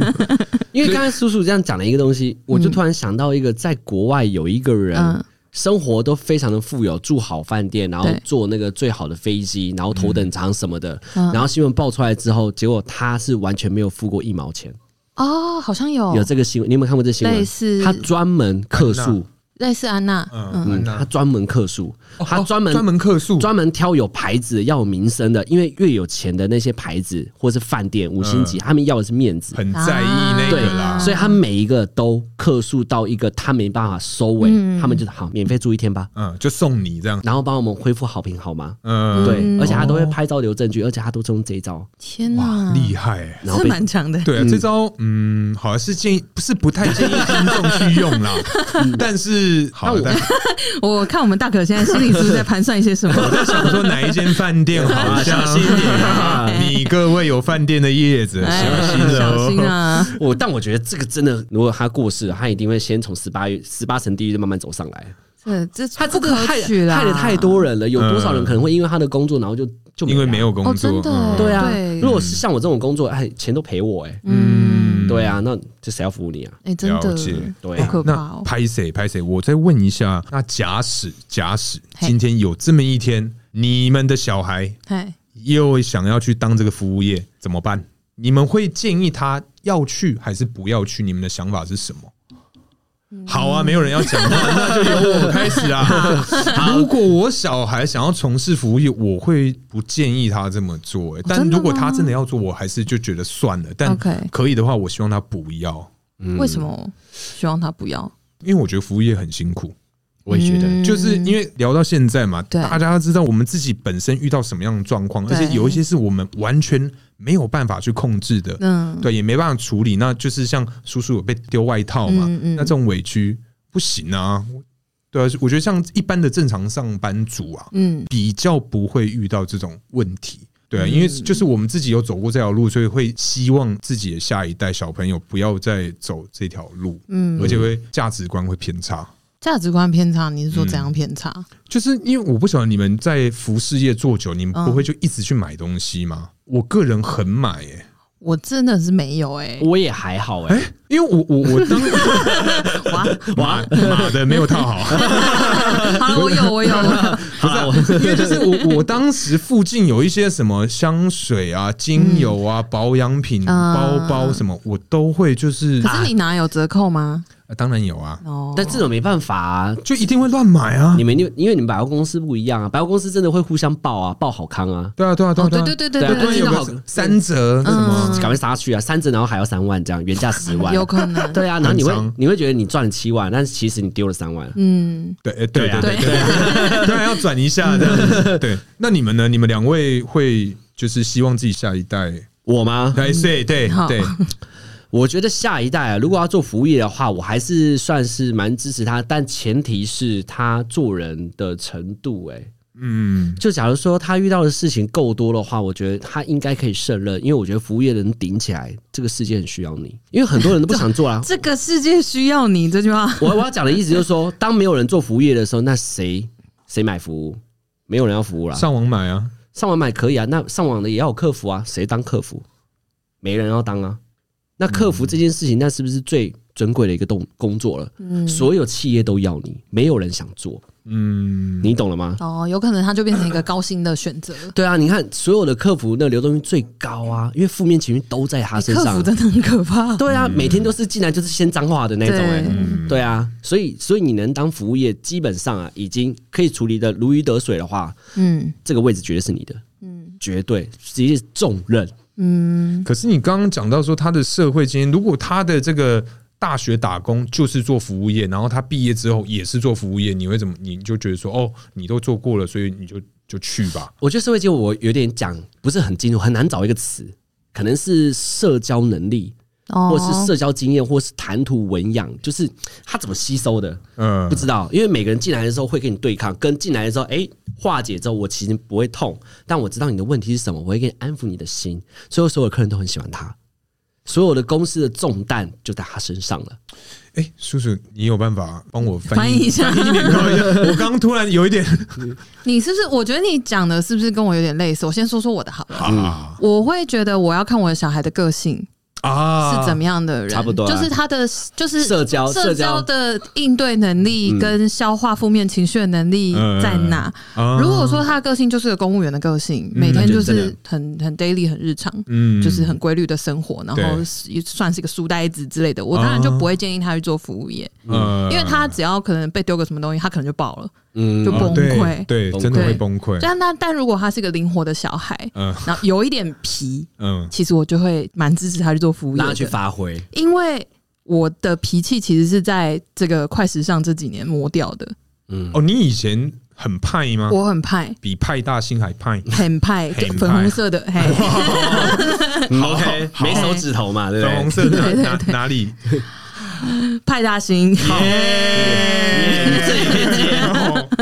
C: 因为刚才叔叔这样讲了一个东西，我就突然想到一个，在国外有一个人
A: 嗯，
C: 生活都非常的富有，住好饭店，然后
A: 对
C: 坐那个最好的飞机，然后头等舱什么的。
A: 嗯
C: 然后新闻爆出来之后，结果他是完全没有付过一毛钱。
A: 哦，好像有
C: 有这个新闻，你有没有看过这新
A: 类
C: 闻？
A: 似
C: 他专门客
B: 啊
C: 诉，
A: 类似安娜，
B: 嗯
A: 嗯，
C: 嗯，
B: 那
C: 他专门客诉，他专门
B: 哦专门客诉，
C: 专门挑有牌子要有名声的，因为越有钱的那些牌子或是饭店
B: 嗯
C: 五星级，他们要的是面子。
B: 很在意那
C: 对
B: 个啦，，
C: 所以他每一个都客诉到一个他没办法收尾，
A: 嗯
C: 他们就好免费住一天吧，
B: 嗯，就送你这样，
C: 然后帮我们恢复好评好吗？
B: 嗯，
C: 对，而且他都会拍照留证据，而且他都是用这一招，
A: 天
B: 哇，
A: 哪，
B: 厉害欸。
C: 然后
A: 是
C: 被
A: 蛮强的，
B: 对啊，这招嗯，好像是建议，不是不太建议听众去用啦。但是好，但
A: 我看我们大可现在心里是不是在盘算一些什么？
B: 我在想说哪一间饭店好像
C: 小心一点啊
B: 你各位有饭店的叶子，小心哦
A: 哎小心
B: 了。
A: 啊！
C: 我，哦但我觉得这个真的，如果他过世了，他一定会先从十八月十八层地狱慢慢走上来。
A: 这这
C: 他这
A: 不
C: 个
A: 可
C: 害
A: 取啦，
C: 害了太多人了，有多少人可能会因为他的工作，然后就就
B: 因为没
C: 有
B: 有工
A: 哦，真
B: 作，
A: 的
B: 嗯
C: 对啊
A: 对？
C: 如果是像我这种工作，哎，钱都赔我，哎，
A: 嗯，
C: 对啊，那这谁要服务你啊？
A: 哎，真
B: 了解
A: 的，
C: 对
A: 好
C: 啊，
A: 可怕
B: 那
A: 哦！
B: 拍谁拍谁？我再问一下，那假使假使
A: 嘿
B: 今天有这么一天，你们的小孩
A: 哎，
B: 又想要去当这个服务业，怎么办？你们会建议他要去还是不要去？你们的想法是什么？
A: 嗯
B: 好啊，没有人要讲话，那就由我开 始啦。如果我小孩想要从事服务业，我会不建议他这么做、欸但
A: 哦真的
B: 如果他
A: 吗
B: 真的要做，我还是就觉得算了。但
A: OK
B: 可以的话，我希望他不要，
A: 为什么希望他不要？
B: 因为我觉得服务业很辛苦。
C: 我也觉得，
A: 嗯
B: 就是因为聊到现在嘛，
A: 对
B: 大家都知道我们自己本身遇到什么样的状况，而
A: 对
B: 且有一些是我们完全没有办法去控制的，
A: 嗯，
B: 对，也没办法处理。那就是像叔叔有被丢外套嘛，
A: 嗯嗯
B: 那这种委屈不行啊。对啊，我觉得像一般的正常上班族啊，
A: 嗯，
B: 比较不会遇到这种问题。对啊，因为就是我们自己有走过这条路，所以会希望自己的下一代小朋友不要再走这条路，
A: 嗯
B: 而且会价值观会偏差。
A: 价值观偏差，你是说怎样偏差？
B: 就是因为我不晓得你们在服饰业做久，你们不会就一直去买东西吗？我个人很买耶、
A: 我真的是没有哎，
C: 我也还好，哎，
B: 因为我我我当
A: 哇，
B: 妈妈的没有套好，
A: 好了，我有，我有，
C: 不是我
B: 因为就是我我当时附近有一些什么香水啊、精油啊、保养品、
A: 啊
B: 包包什么，我都会就是
A: 可是你哪有折扣吗？
B: 啊当然有啊，
A: 哦，
C: 但这种没办法啊。
B: 就一定会乱买啊
C: 你。们因为因为你们百货公司不一样啊，百货公司真的会互相报啊，报好康啊，
B: 对啊对啊对啊
A: 哦，对
B: 啊
A: 对对对
C: 对
B: 突
C: 啊
B: 然
A: 对
B: 有
C: 真的好
B: 个三折什么，
C: 赶快杀去啊，三折然后还要三万这样，原价十 万，
A: 有可能，
C: 对啊，然后你
B: 很
C: 会
B: 伤
C: 你会觉得你赚了七万，但是其实你丢了三万。
A: 嗯，
B: 对哎对
C: 对啊
B: 对对对，当然要转一下这样
A: 嗯
B: 子。对，那你们呢？你们两位会就是希望自己下一代
C: 我吗？
B: 对对对
A: 嗯好。
B: 对，
C: 我觉得下一代啊，如果要做服务业的话，我还是算是蛮支持他，但前提是他做人的程度、欸。
B: 嗯，
C: 就假如说他遇到的事情够多的话，我觉得他应该可以胜任，因为我觉得服务业能顶起来，这个世界很需要你，因为很多人都不想做啊
A: 这个世界需要你这句话，
C: 我我要讲的意思就是说，当没有人做服务业的时候，那谁谁买服务？没有人要服务啦。
B: 上网买啊，
C: 上网买可以啊，那上网的也要有客服啊，谁当客服？没人要当啊。那客服这件事情，那是不是最尊贵的一个动工作了？
A: 嗯，
C: 所有企业都要你，没有人想做，
B: 嗯，
C: 你懂了吗？
A: 哦，有可能它就变成一个高薪的选择。
C: 对啊，你看所有的客服那流动率最高啊，因为负面情绪都在他身
A: 客
C: 上
A: 服
C: 啊。
A: 真的很可怕，
C: 对啊，每天都是进来就是先脏话的那种
A: 对
C: 哎、对啊，所以所以你能当服务业，基本上啊已经可以处理的如鱼得水的话，
A: 嗯
C: 这个位置绝对是你的，嗯，绝对直接是重任。
A: 嗯，
B: 可是你刚刚讲到说他的社会经验，如果他的这个大学打工就是做服务业，然后他毕业之后也是做服务业，你会怎么？你就觉得说哦，你都做过了，所以你就就去吧。
C: 我觉得社会结果我有点讲不是很清楚，很难找一个词，可能是社交能力，
A: 哦，
C: 或是社交经验，或是谈吐文养，就是他怎么吸收的，
B: 嗯
C: 不，知道。因为每个人进来的时候会跟你对抗，跟进来的时候，哎、化解之后，我其实不会痛，但我知道你的问题是什么，我会给你安抚你的心。所以所有客人都很喜欢他，所有的公司的重担就在他身上了。
B: 哎、叔叔，你有办法帮我翻
A: 翻
B: 译
A: 译一下
B: 翻译点高一点？ 我刚刚突然有一点
A: 你是不是？我觉得你讲的是不是跟我有点类似？我先说说我的好了。
B: 啊，
A: 我会觉得我要看我的小孩的个性，
B: 啊，
A: 是怎么样的人，
C: 差不多啊
A: 就是他的就是
C: 社交
A: 社
C: 社
A: 交
C: 交
A: 的应对能力跟消化负面情绪的能力在哪？
B: 啊
A: 如果说他的个性就是个公务员的个性，每天就是很很 daily 很日常，
B: 嗯
A: 就是很规律的生活，然后
B: 对
A: 是算是一个书呆子之类的，我当然就不会建议他去做服务业，
B: 呃
A: 因为他只要可能被丢个什么东西，他可能就爆了。
C: 嗯
A: 就崩溃
B: 啊对，对
C: 崩溃
B: 真的会崩溃。
A: 但那但如果他是一个灵活的小孩，
B: 嗯
A: 然后有一点皮，
B: 嗯
A: 其实我就会蛮支持他去做服务业
C: 让
A: 的
C: 他去发挥，
A: 因为我的脾气其实是在这个快时尚这几年磨掉的。
C: 嗯，
B: 哦，你以前很派吗？
A: 我很派，
B: 比派大星还派。
A: 很派，
B: 很派
A: 粉红色的，嘿，
C: 嗯 OK，
B: 好
C: 没手指头嘛，对不
B: 粉
C: 对
B: 红？色哪哪哪里？
A: 派大星。
C: 嗯这里面
B: 哦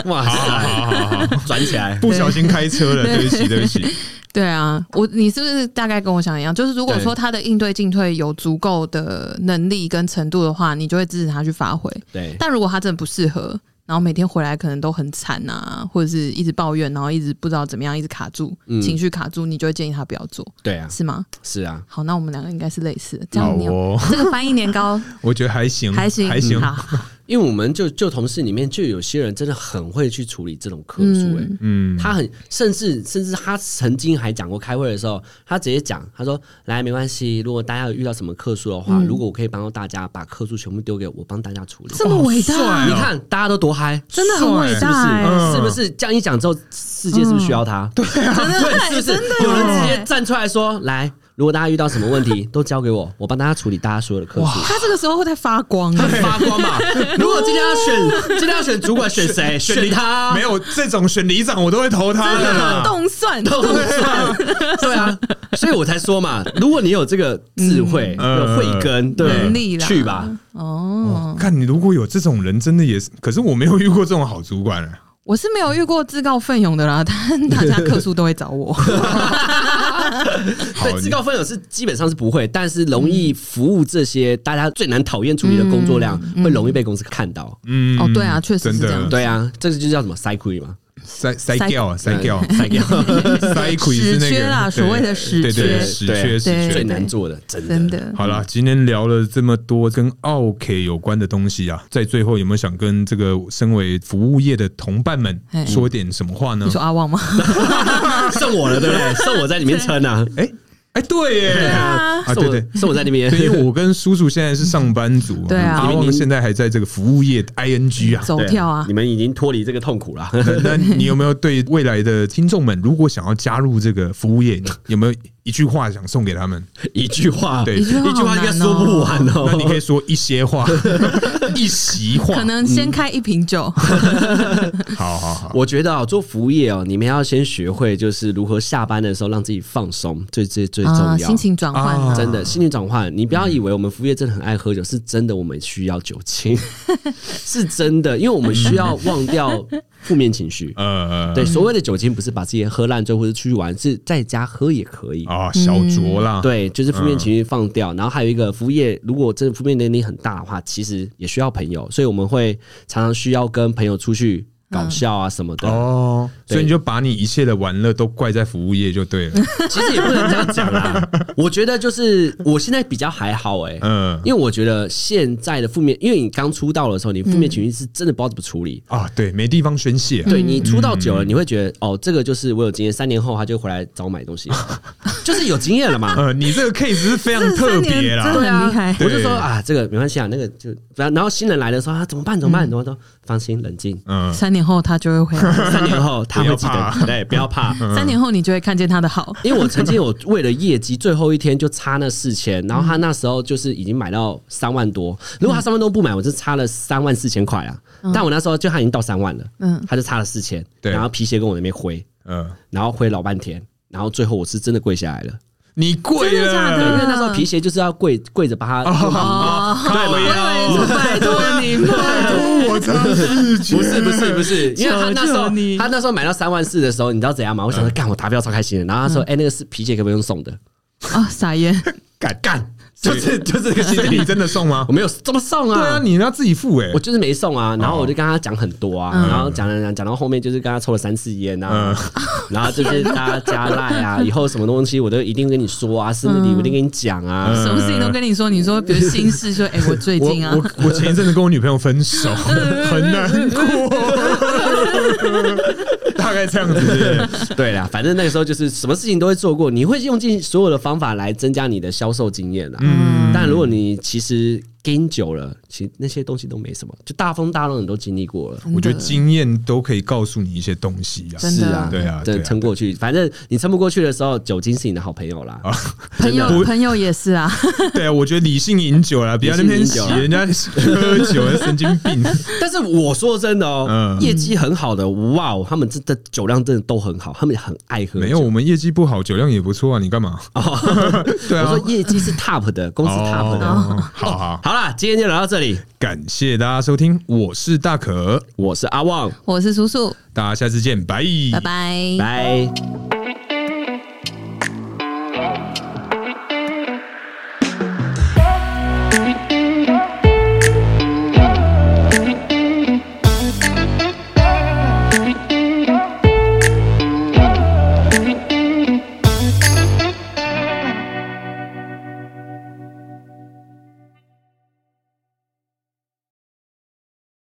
C: 哇
B: 好好
C: 塞，
B: 好好好，
C: 转起来，
B: 不小心开车了，对不起对不起。
A: 对啊，我你是不是大概跟我想一样？就是如果
C: 对
A: 说他的应对进退有足够的能力跟程度的话，你就会支持他去发挥。
C: 对，
A: 但如果他真的不适合，然后每天回来可能都很惨啊，或者是一直抱怨，然后一直不知道怎么样，一直卡住，
C: 嗯
A: 情绪卡住，你就会建议他不要做，
C: 对啊，
A: 是吗？
C: 是啊，
A: 好，那我们两个应该是类似的，这
B: 好
A: 样你有、
B: 哦，
A: 这个翻译年糕
B: 我觉得还行，
A: 还行，
B: 还行
A: 嗯。好，
C: 因为我们就就同事里面就有些人真的很会去处理这种客诉、欸，
A: 嗯
B: 嗯，
C: 他很甚至甚至他曾经还讲过开会的时候，他直接讲，他说来没关系，如果大家有遇到什么客诉的话，如果我可以帮到大家把客诉全部丢给我，我帮大家处理。
A: 嗯这么伟大，
B: 帅
C: 你看大家都多嗨，
A: 真的很伟大、
C: 是不
A: 欸，
C: 是？是不是这样一讲之后，世界是不是需要他？对，
A: 真的
C: 是不是
A: 真的
C: 有人直
A: 耶
C: 接站出来说来？如果大家遇到什么问题，都交给我，我帮大家处理大家所有的客 诉。
A: 他这个时候会在发光、
C: 他
A: 欸，
C: 发光嘛！如果今天要选，今天要选主管，选谁？选他，啊
B: 没有这种选里长我都会投他
A: 真
B: 的
A: 的
B: 啦。
A: 动算，
C: 动算，对啊，所以我才说嘛，如果你有这个智慧、
B: 嗯
C: 有慧根、对
A: 能力啦，
C: 去吧。。
A: 哦，
B: 看你如果有这种人，真的也是，可是我没有遇过这种好主管啊。
A: 我是没有遇过自告奋勇的啦， 但大家客诉都会找 我。
B: 好
C: 对，自告奋勇是基本上是不会，但是容易服务这些大家最难讨厌处理的工作量，
A: 嗯
C: 会容易被公司看到。
B: 嗯
A: 哦对啊确实是
B: 真的
A: 这样
C: 对啊，这个就叫什么 cycle 嘛，
B: 塞塞掉啊塞掉
A: 嗯
C: 对 cycle
B: 塞亏
A: 死
B: 是那
A: 缺
B: 个
A: 啦
B: 对
A: 所谓的死
B: 对
A: 缺
B: 对死缺
C: 对
B: 死缺
C: 最难做的，真的。
A: 真的，
B: 好啦，今天聊了这么多跟奥 K 有关的东西啊，在最后有没有想跟这个身为服务业的同伴们
A: 嘿
B: 说点什么话呢
A: 你？说阿旺吗？
C: 剩我了，对 不对？剩我在里面撑啊！
B: 哎哎，对耶，
A: 啊
B: 啊
C: 剩
B: 对
C: 我
B: 对。
C: 剩我在里面
B: 对，。 因为我跟叔叔现在是上班族，
A: 对啊
B: 阿旺现在还在这个服务业 ING 啊。
A: 走跳啊
C: 你！们已经脱离这个痛苦了。
B: 那那你有没有对未来的听众们，如果想要加入这个服务业，有没有一句话想送给他们？
C: 一句话，
B: 对
A: 一句
C: 一句
A: 话好
C: 话应该
A: 难
C: 说不完哦。
B: 那你 可以说一些话，一席话。
A: 可能先开一瓶酒，
C: 嗯
A: 啊
B: 好好好，
C: 我觉得啊，做服务业哦，你们要先学会就是如何下班的时候让自己放松，最最最重要。
A: 啊，心情转换
B: 啊，
C: 真的心情转换，你不要以为我们服务业真的很爱喝酒，是真的我们需要酒精，是真的，因为我们需要忘掉负面情绪。
B: 呃，
C: 对，所谓的酒精不是把自己喝烂醉或者出去玩，是在家喝也可以。
B: 啊，嗯小酌啦，
C: 嗯对，就是负面情绪放掉，然后还有一个服务业，如果真的负面能力很大的话，其实也需要朋友，所以我们会常常需要跟朋友出去搞
A: 嗯
C: 笑啊什么的。
B: 哦，
C: 对
B: 所以你就把你一切的玩乐都怪在服务业就 对了。
C: 其实也不能这样讲 啦，我觉得就是我现在比较还好哎、
B: 嗯
C: 因为我觉得现在的负面，因为你刚出道的时候，你负面情绪是真的不知道怎么处理。
B: 啊，对，没地方宣泄啊。
C: 对你出道久了，你会觉得哦，这个就是我有经验，三年后他就回来找我买东西，就是有经验 了嘛。
B: 呃，你这个 case 是非常特
A: 这
B: 别
A: 三年真的。
B: 啦
C: 对啊
A: 很厉害，
C: 我就说啊，这个没关系啊，那个就然后新人来的时候啊，怎么办？怎么办？然后说放心，冷静，
B: 嗯，
A: 三年后他就会回来，
C: 三年后他会记
B: 不要
C: 得，对，不要怕。
A: 三年后你就会看见他的好。
C: 因为我曾经有为了业绩最后一天就差那四千，然后他那时候就是已经买到三万多，
A: 嗯
C: 如果他三万多不买，我就差了三万四千块啊。但我那时候就他已经到三万了，
A: 嗯
C: 他就差了四千，
B: 对
C: 然后皮鞋跟我那边挥，
B: 呃，
C: 然后挥老半天，然后最后我是真的跪下来了，
B: 你贵
A: 真的假
B: 了
A: 的。
C: 因为那时候皮鞋就是要跪跪着把它。
A: 哦，
B: 靠
A: 我以
B: 嗯呀
A: 为说拜托你们，
B: 我真的是
C: 不是不是不是， 因为他那时候
A: 求求你
C: 他那时候买到三万四的时候，你知道怎样吗？我
A: 嗯
C: 想说，干我达标超开心的。然后他说，哎，那个是皮鞋可不可以用送的？
A: 哦啊，傻眼，
B: 敢干就是
C: 嗯
B: 就是这个行李你真的送吗
C: 我？没有这么送
B: 对啊，
C: 啊。
B: 你要自己付哎
C: 我。就是没送啊，然后我就跟他讲很多啊，
A: 嗯
C: 然后讲了讲讲到后面就是跟他抽了三次烟啊，
B: 嗯
C: 然后就是大家加赖啊，以后什么东西我都一定跟你说啊，生日
A: 嗯
C: 礼物一定跟你讲
B: 嗯
C: 啊，
A: 什么事情都跟你说，你说比如心事，说哎、我最
B: 我
A: 近啊，
B: 我我前一阵子跟我女朋友 分手，很难过，大概这样子对不对。
C: 对啦，反正那个时候就是什么事情都会做过，你会用尽所有的方法来增加你的销售经验啦。嗯，但如果你其实跟久了，其实那些东西都没什么，就大风大浪你都经历过了。
A: 真的
B: 我觉得经验都可以告诉你一些东西啊。
A: 真的
C: 是啊，
B: 对啊对
C: 对，
B: 啊
C: 撑过去。反正你撑不过去的时候，酒精是你的好朋友啦。
B: 哦
A: 朋
B: 真的
A: 友
B: 不
A: 朋友也是啊，
B: 对啊，我觉得理性饮酒啦，不要那边
C: 理
B: 洗
C: 性饮酒啊
B: 人家喝酒 的神经病。
C: 但是我说真的哦，
B: 嗯
C: 业绩很好的，哇哦，他们真的酒量真的都很好，他们很爱喝酒。
B: 没有，我们业绩不好，酒量也不错啊，你干嘛？ 对啊
C: 哦我说业绩是 top 的，公司 top 的。
B: 哦好好，
C: 好啦，今天就聊到这里，
B: 感谢大家收听，我是大可，
C: 我是阿旺，
A: 我是叔叔，
B: 大家下次见，拜
A: 拜拜。
C: 拜。